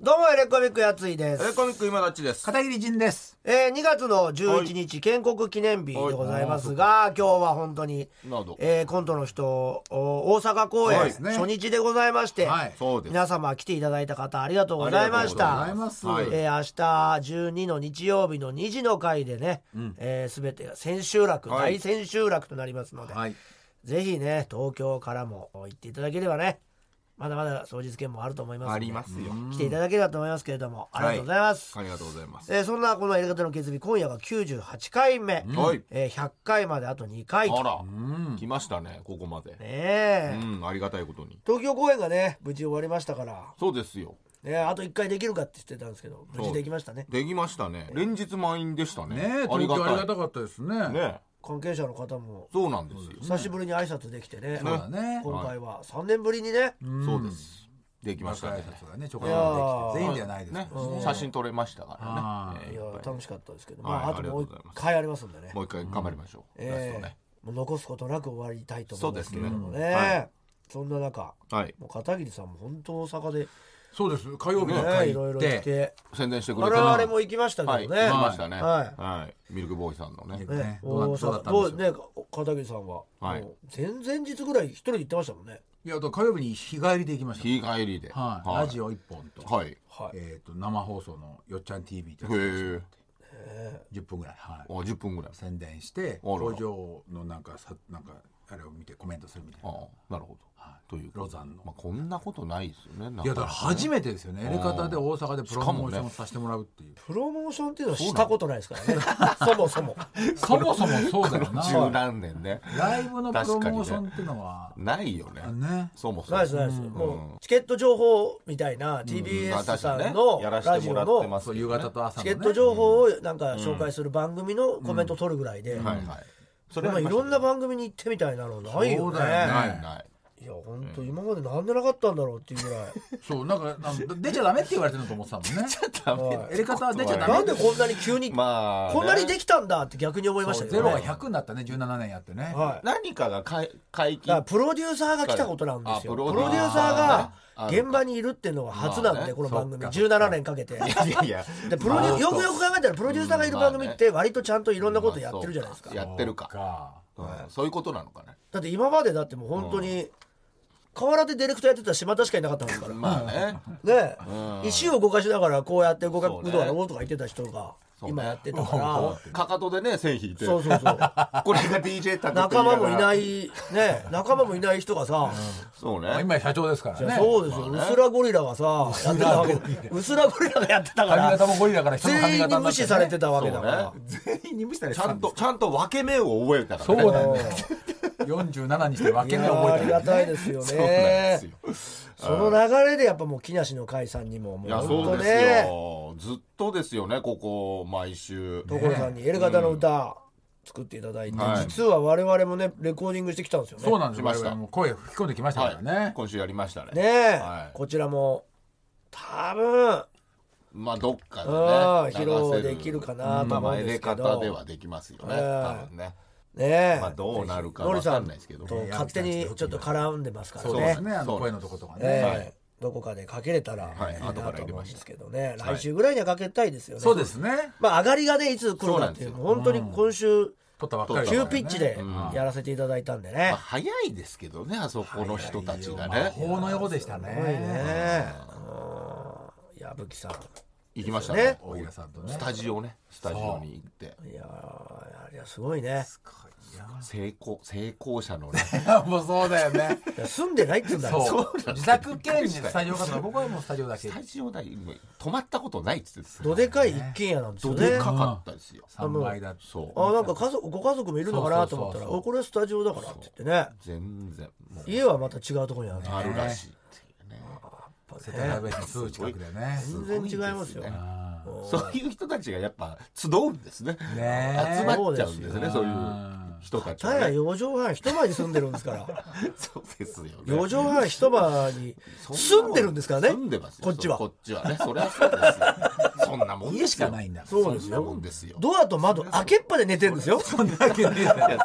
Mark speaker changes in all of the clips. Speaker 1: どうもエレコミックやついです
Speaker 2: エレコミック今立ちです。
Speaker 3: 片桐仁です。
Speaker 1: えー、2月の11日建国記念日でございますが今日は本当に
Speaker 2: など、
Speaker 1: えーコントの人お大阪公演
Speaker 2: はい
Speaker 1: 初日でございまして、
Speaker 3: はい。
Speaker 2: そうです。
Speaker 1: 皆様来ていただいた方ありがとうございました
Speaker 3: ありがとうございます
Speaker 2: はい
Speaker 1: えー明日12の日曜日の2時の回でね、えー全てが千秋楽、
Speaker 2: は
Speaker 1: 大
Speaker 2: い
Speaker 1: 千秋楽となりますので、
Speaker 3: はい。
Speaker 1: ぜひね東京からも行っていただければねまだまだ当日券もあると思いますので
Speaker 2: ありますよ。
Speaker 1: 来ていただければと思いますけれどもありがとうございます、
Speaker 2: ありがとうございます。
Speaker 1: えーそんなこの「やり方の決意」今夜が98回目、
Speaker 2: はい
Speaker 1: えー100回まであと2回
Speaker 2: あ
Speaker 1: とね
Speaker 2: ら、来ましたね、ここまで。う
Speaker 1: え、
Speaker 2: ん、ありがたいことに。
Speaker 1: 東京公演がね無事終わりましたから、
Speaker 2: そうですよ。
Speaker 1: ね、あと1回できるかって言ってたんですけど無事できましたね
Speaker 2: できましたね。連日満員でしたね。
Speaker 3: ねえ、東京ありがたかったですね。
Speaker 2: い。ねえ
Speaker 1: 関係者の方も
Speaker 2: そうなんですよ。
Speaker 1: 久しぶりに挨拶できてね、
Speaker 3: そうだね。
Speaker 1: 今回は3年ぶりにね、
Speaker 2: そうです。できました
Speaker 3: 若い
Speaker 2: ね
Speaker 3: 挨。拶がね、ちょこっとできて、全員じゃないですけ
Speaker 2: ね
Speaker 3: ど。、
Speaker 2: 写真撮れましたからね
Speaker 3: は。
Speaker 2: え
Speaker 1: い
Speaker 2: え
Speaker 1: や
Speaker 2: いっぱい
Speaker 1: 楽しかったですけど、
Speaker 2: はい
Speaker 1: まあ、あ
Speaker 2: あ
Speaker 1: と
Speaker 2: りが
Speaker 1: も
Speaker 2: と
Speaker 1: う1
Speaker 2: うございます
Speaker 1: 回ありますんでね
Speaker 2: もう一回頑張りましょう。ラスト
Speaker 1: え
Speaker 2: ね。
Speaker 1: ーもう残すことなく終わりたいと思いますけれどもね
Speaker 2: そうですねうんはい
Speaker 1: そんな中
Speaker 2: はい。
Speaker 1: もう片桐さんも本当大阪で、
Speaker 3: そうです。火曜日
Speaker 1: ね、
Speaker 3: の
Speaker 1: い
Speaker 3: 会
Speaker 1: ろい
Speaker 3: 行
Speaker 1: ろ来
Speaker 3: って。
Speaker 1: て
Speaker 2: 宣伝してくれ
Speaker 1: 我
Speaker 2: てな
Speaker 1: 々も行きました
Speaker 2: はい、
Speaker 1: け
Speaker 2: 来
Speaker 1: どね、
Speaker 2: ましたね。
Speaker 1: は
Speaker 2: はい。ミルクボーイさんのね。
Speaker 1: ね
Speaker 3: ね
Speaker 1: 大
Speaker 3: そうだ
Speaker 1: 阪
Speaker 3: った
Speaker 1: どうん
Speaker 3: です
Speaker 1: ね片桐さんは、
Speaker 2: はい
Speaker 1: もう前々日ぐらい一人で行ってましたもんね
Speaker 3: いや、あと火曜日に日帰りで行きました。
Speaker 2: 日帰りで。
Speaker 3: はい。ラジオ一本と、
Speaker 2: はい。へ
Speaker 1: はい、
Speaker 3: えっと、生放送のよっちゃん TV ってやつ
Speaker 2: え。
Speaker 3: 10分ぐらい。は
Speaker 2: あ、
Speaker 3: い。
Speaker 2: 10分ぐらい。
Speaker 3: 宣伝して、
Speaker 2: らら
Speaker 3: 工場のなんか、さなんか、あれを見てコメントするみたい
Speaker 2: あ
Speaker 3: な。
Speaker 2: あ、なるほど。ということ
Speaker 3: ロ
Speaker 2: で
Speaker 3: ザンの
Speaker 2: ま。あ、こんなことないですよね。ない
Speaker 3: や、だから初めてですよね。やり方で大阪でプロ
Speaker 2: しか
Speaker 3: モーショ
Speaker 2: もね
Speaker 3: ンさせてもらうっていう。
Speaker 1: プロモーションっていうのはしたことないですからね そもそも
Speaker 3: そもそもそうだよ な。
Speaker 2: 十何年ね。
Speaker 3: ライブのプロモーションっていうのは、
Speaker 2: ないよね。
Speaker 3: ね
Speaker 2: そもそも。
Speaker 1: ないですないです、もうチケット情報みたいな
Speaker 2: まあ
Speaker 1: TBS
Speaker 2: 確
Speaker 1: さ
Speaker 2: かにね
Speaker 1: んの
Speaker 2: やら
Speaker 1: ラ
Speaker 2: せて
Speaker 1: ジ
Speaker 2: も
Speaker 1: オ
Speaker 2: らっ
Speaker 1: の
Speaker 2: てます
Speaker 3: そ
Speaker 2: け
Speaker 3: う
Speaker 2: ど
Speaker 3: 夕
Speaker 2: ね
Speaker 3: 方と朝
Speaker 1: チ
Speaker 3: の、
Speaker 1: ケッ
Speaker 3: ね、
Speaker 1: ト情報をなんか紹介する番組のコメント取るぐらいで、
Speaker 2: はいはい。そ
Speaker 1: でもいろんな
Speaker 2: な。
Speaker 1: 番組に行ってみたいなのないよ
Speaker 3: そう
Speaker 1: ね
Speaker 3: だよね
Speaker 2: ないない。
Speaker 1: いや本当今までなんでなかったんだろうっていうぐらい
Speaker 3: そうなんかなんか出ちゃダメって言われてると思ってたもんね
Speaker 2: ダメ
Speaker 3: やり方は出ちゃダメ
Speaker 1: なんでこんなに急に、
Speaker 2: まあね。
Speaker 1: こんなにできたんだって逆に思いましたけ
Speaker 3: ゼ
Speaker 1: ど
Speaker 3: ロが
Speaker 1: ね
Speaker 3: 100になったね17年やってね、
Speaker 1: はい
Speaker 2: 何かが解解
Speaker 1: だから
Speaker 2: 禁。
Speaker 1: プロデューサーが来たことなんですよ
Speaker 2: あ
Speaker 1: プ
Speaker 2: プロ
Speaker 1: ロ
Speaker 2: デ
Speaker 1: デ
Speaker 2: ュ
Speaker 1: ュ
Speaker 2: ー
Speaker 1: ー
Speaker 2: サー
Speaker 1: サー
Speaker 2: あー
Speaker 1: が
Speaker 2: ある
Speaker 1: 現場にいるっていうのは初なん
Speaker 2: まあ
Speaker 1: で
Speaker 2: ね
Speaker 1: この番組
Speaker 3: そっか
Speaker 1: 17年かけて
Speaker 2: いやいや。
Speaker 1: でプロデュ
Speaker 2: まあ
Speaker 1: よくよく考えたらプロデューサーがいる番組って割とちゃんと いろんなことやってるじゃないですか
Speaker 2: まあそうやってる
Speaker 3: そ
Speaker 2: か。
Speaker 3: か
Speaker 2: うんそういうことなのかね。
Speaker 1: だって今までだってもう本当に河原でディレクターやってた島田しかいなかったんですから
Speaker 2: まあね。
Speaker 1: ね
Speaker 2: うん
Speaker 1: 石を動かしながらこうやって動か
Speaker 2: そう
Speaker 1: う
Speaker 2: ね
Speaker 1: どんをとか言ってた人が
Speaker 2: そうね
Speaker 1: 今やってたか
Speaker 2: かかとでね、線引いて。
Speaker 1: らそうそうそう
Speaker 2: これが DJ た
Speaker 1: 仲間もいな。いね仲間もいない人がさ
Speaker 2: そう
Speaker 3: まあ
Speaker 2: ね。
Speaker 3: 今や社長ですから
Speaker 1: いや
Speaker 3: ね
Speaker 1: そうですよ
Speaker 2: まあね
Speaker 1: うすらゴリラがさやってたわけうすらゴリラがやってたか
Speaker 3: 髪型
Speaker 1: ら
Speaker 3: もゴリラから人の
Speaker 1: 全
Speaker 3: 髪型
Speaker 1: 員に
Speaker 3: にな
Speaker 1: 無
Speaker 3: って
Speaker 1: 視
Speaker 3: ね
Speaker 1: されてたわけだから
Speaker 2: そう
Speaker 3: 全員に無視されて
Speaker 2: ちゃ
Speaker 3: た
Speaker 2: ん
Speaker 3: で
Speaker 2: と
Speaker 3: す、
Speaker 2: ちゃんと分け目を覚えたからね。
Speaker 3: そうだ
Speaker 1: うん
Speaker 3: ね47にして分
Speaker 1: い
Speaker 3: け
Speaker 1: や
Speaker 3: 目
Speaker 1: ー
Speaker 3: 覚
Speaker 1: あ
Speaker 3: えて
Speaker 1: り
Speaker 3: る
Speaker 1: がたいですよ
Speaker 2: そうなんで
Speaker 1: ね
Speaker 2: すよ。
Speaker 1: その流れでやっぱもう木梨の会さんにもも
Speaker 2: いうや、
Speaker 1: 本
Speaker 2: そ
Speaker 1: 当
Speaker 2: うです
Speaker 1: ね
Speaker 2: よ。ずっとですよね、ここ、毎週。
Speaker 1: 所さんに「エレガタの歌」作っていただいて
Speaker 2: はい
Speaker 1: 実は我々もねレコーディングしてきたんですよね
Speaker 3: そうなんです
Speaker 2: し
Speaker 3: よ
Speaker 2: まし
Speaker 3: 我
Speaker 2: た
Speaker 3: 々も声吹き込んできましたか
Speaker 2: は
Speaker 3: ら
Speaker 2: い、
Speaker 3: ね、
Speaker 2: 今週やりましたね。
Speaker 1: ねえ、
Speaker 2: はい
Speaker 1: こちらも多分
Speaker 2: まあ、どっかで
Speaker 1: う
Speaker 2: ね。
Speaker 1: ん披露
Speaker 2: 流せ
Speaker 1: できるかなと
Speaker 2: まあ、
Speaker 1: 思
Speaker 2: ま
Speaker 1: う
Speaker 2: あ
Speaker 1: ん
Speaker 2: エ
Speaker 1: で
Speaker 2: レ
Speaker 1: すけ
Speaker 2: 方
Speaker 1: ど、
Speaker 2: ではできますよね。
Speaker 1: うん
Speaker 2: 多分ね。
Speaker 1: ねえ
Speaker 2: まあ、どうなるか
Speaker 1: ノリ
Speaker 2: わ
Speaker 1: さ
Speaker 2: か
Speaker 1: ん
Speaker 2: んないですけど。
Speaker 1: と勝手にちょっと絡んでますからね
Speaker 3: そうですねあ
Speaker 2: そう
Speaker 3: の
Speaker 2: で
Speaker 3: 声
Speaker 2: す
Speaker 3: のとことかね、
Speaker 1: ええ
Speaker 2: はい
Speaker 1: どこかでかけれたら、
Speaker 2: はい
Speaker 1: いいな
Speaker 2: 後から
Speaker 1: と
Speaker 2: 入
Speaker 1: 思
Speaker 2: れ
Speaker 1: う
Speaker 2: ま
Speaker 1: ん
Speaker 2: し
Speaker 1: で
Speaker 2: た
Speaker 1: すけどね、
Speaker 2: はい
Speaker 1: 来週ぐらいにはかけたいですよね
Speaker 3: そうですね
Speaker 1: まあ上がりがねいつ来るかっていう
Speaker 2: そう
Speaker 1: 本当に今週
Speaker 3: 撮ったばっかりだから
Speaker 1: 急
Speaker 3: ね
Speaker 1: ピッチでやらせていただいたんでね
Speaker 2: まあ、、早いですけどね、あそこの人たちが
Speaker 3: 魔
Speaker 2: ね。
Speaker 3: 法のようでした
Speaker 1: すごいね
Speaker 3: ね
Speaker 1: うん矢吹さん
Speaker 2: 行きました
Speaker 1: ね
Speaker 2: ね。
Speaker 3: 大平さんとね
Speaker 2: スタジオね。スタジオに行って。
Speaker 1: いやーあれはすごいね
Speaker 2: 成功、成功 者のね。
Speaker 3: もうそうだよね。
Speaker 1: いや住んでないって言うんだから
Speaker 3: そう。自作兼にスタジオかとか、僕はもうスタジオだけ
Speaker 2: ス。タジオだ、今泊まったことないっつってた
Speaker 1: どでかい一軒家なんですよ
Speaker 2: ど
Speaker 1: ね
Speaker 2: でかかったですよ。
Speaker 3: 三倍だ。
Speaker 2: そう。
Speaker 1: あなんか家族ご家族もいるのかなと思ったら
Speaker 3: そうそうそうそう
Speaker 1: おこれスタジオだからって言ってね
Speaker 2: 全然。もう
Speaker 1: 家はまた違うところにある
Speaker 2: あるらしいっていうね。
Speaker 3: 世田谷ベースのすぐ近くでね。
Speaker 1: 全然違いますよ
Speaker 3: あ
Speaker 2: そういう人たちがやっぱ集うんですね。
Speaker 3: ねえ
Speaker 2: 集まっちゃうんですね、
Speaker 3: そ
Speaker 2: そうう
Speaker 3: ですよ
Speaker 2: いう人たち
Speaker 1: たや
Speaker 2: がね。
Speaker 1: 4畳半一間に住んでるんですから
Speaker 2: そうですよね。
Speaker 1: 4畳半一間に住んでるんですからね
Speaker 2: 住んでますよ
Speaker 1: こっちは
Speaker 2: こっちはね。そりゃそうですよ。そんなもんですよ
Speaker 3: 家しかないんだから
Speaker 1: そうですよ
Speaker 2: そんなもんですよ。
Speaker 1: ドアと窓開けっぱで寝てるんですよ
Speaker 2: いや、そ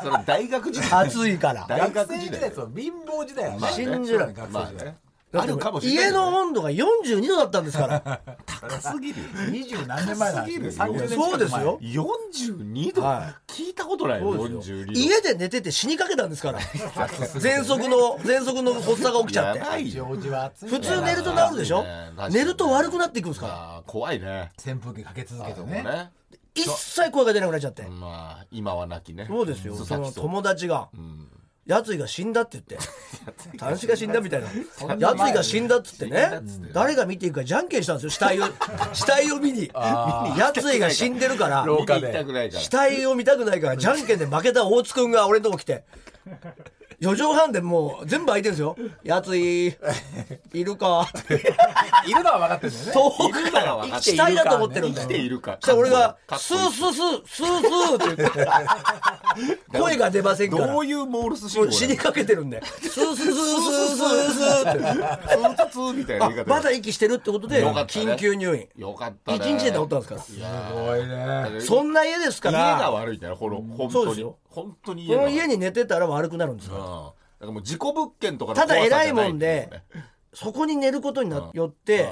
Speaker 2: れ大学時代。
Speaker 1: 暑いから
Speaker 2: 大
Speaker 3: 学
Speaker 2: 学
Speaker 3: 生
Speaker 2: 時
Speaker 3: 時
Speaker 2: 代
Speaker 3: 代、。そう貧乏時代はね
Speaker 1: 信じられ
Speaker 3: 学生
Speaker 2: まあ
Speaker 3: 時代
Speaker 2: ね。あるかもしれない
Speaker 1: 家の温度が42度だったんですから。
Speaker 2: 高すぎる
Speaker 3: 二十何年前なん
Speaker 2: すごいです
Speaker 1: よそうですよ
Speaker 2: 42度、
Speaker 1: は
Speaker 2: 聞いたことないよ
Speaker 1: そうですよ
Speaker 2: 42度
Speaker 1: 家で寝てて死にかけたんです から。喘息の、喘息の発作が起きちゃっ
Speaker 2: や
Speaker 1: て。
Speaker 2: ばい
Speaker 3: ジ
Speaker 2: よ
Speaker 3: ョージは暑いね
Speaker 1: 普通寝ると治るでしょ
Speaker 2: 確かに
Speaker 1: 寝ると悪くなっていくんですから。
Speaker 2: あー怖いね
Speaker 3: 扇風機かけ続け
Speaker 2: あ
Speaker 3: て
Speaker 2: そこ
Speaker 3: ね
Speaker 2: ね
Speaker 1: 一切声が出なくなっちゃって。
Speaker 2: まあ今はなきね
Speaker 1: そうですよ。
Speaker 2: そ
Speaker 1: その
Speaker 2: きそう
Speaker 1: 友達が、
Speaker 2: うん
Speaker 1: やついが死んだって言って。 男子が死んだみたいな。
Speaker 3: んな
Speaker 1: やつ
Speaker 3: 前
Speaker 1: いが死んだっつって
Speaker 2: 死んだ
Speaker 1: ね
Speaker 2: っつって。
Speaker 1: 誰が見ていくかじゃんけんしたんですよ。死体を、死体を見に。やついが死んでる から。
Speaker 2: 見に行きたくないから
Speaker 1: 死体を見たくないから、じゃんけんで負けた大津くんが俺のとこ来て、4畳半でもう全部空いてるんですよ。やつい、いるか、
Speaker 3: いるのは分かってるんだよね
Speaker 1: 遠
Speaker 2: い
Speaker 1: く
Speaker 2: る
Speaker 1: か、
Speaker 2: なら分からって
Speaker 1: 死
Speaker 2: いるか
Speaker 1: 体だと思ってるんだ
Speaker 2: 生
Speaker 1: よ。
Speaker 2: きているか
Speaker 1: そしたら俺が、
Speaker 2: かっ
Speaker 1: ス
Speaker 2: こ
Speaker 1: ー
Speaker 2: いい
Speaker 1: スースー、スースーって言 って、声が出ませんから。
Speaker 2: ど
Speaker 1: も
Speaker 2: ういうモールス信号
Speaker 1: う死にかけてるんで、スースースースースースーって。
Speaker 2: 通通みたいな
Speaker 1: あ
Speaker 2: 言い方
Speaker 1: まだ息してるってことで、
Speaker 2: よかったね
Speaker 1: 緊急入院。
Speaker 2: よかった
Speaker 1: 一
Speaker 2: ね
Speaker 1: 日で治ったんですから。
Speaker 2: いや
Speaker 3: すごいね
Speaker 2: ー
Speaker 1: そんな家ですか
Speaker 2: 家が
Speaker 1: ら、
Speaker 2: 悪いんだよほの本
Speaker 1: そう
Speaker 2: 当
Speaker 1: です
Speaker 2: に
Speaker 1: よ
Speaker 2: 本当に
Speaker 1: この家
Speaker 2: に
Speaker 1: に寝てたら悪くなるんです
Speaker 2: うんだ
Speaker 1: よ。
Speaker 2: からもう事故物件とかの
Speaker 1: ただ
Speaker 2: 怖さじゃ
Speaker 1: 偉
Speaker 2: ない
Speaker 1: もんで
Speaker 2: っていうね
Speaker 1: そこに寝ることにな
Speaker 2: うん
Speaker 1: よって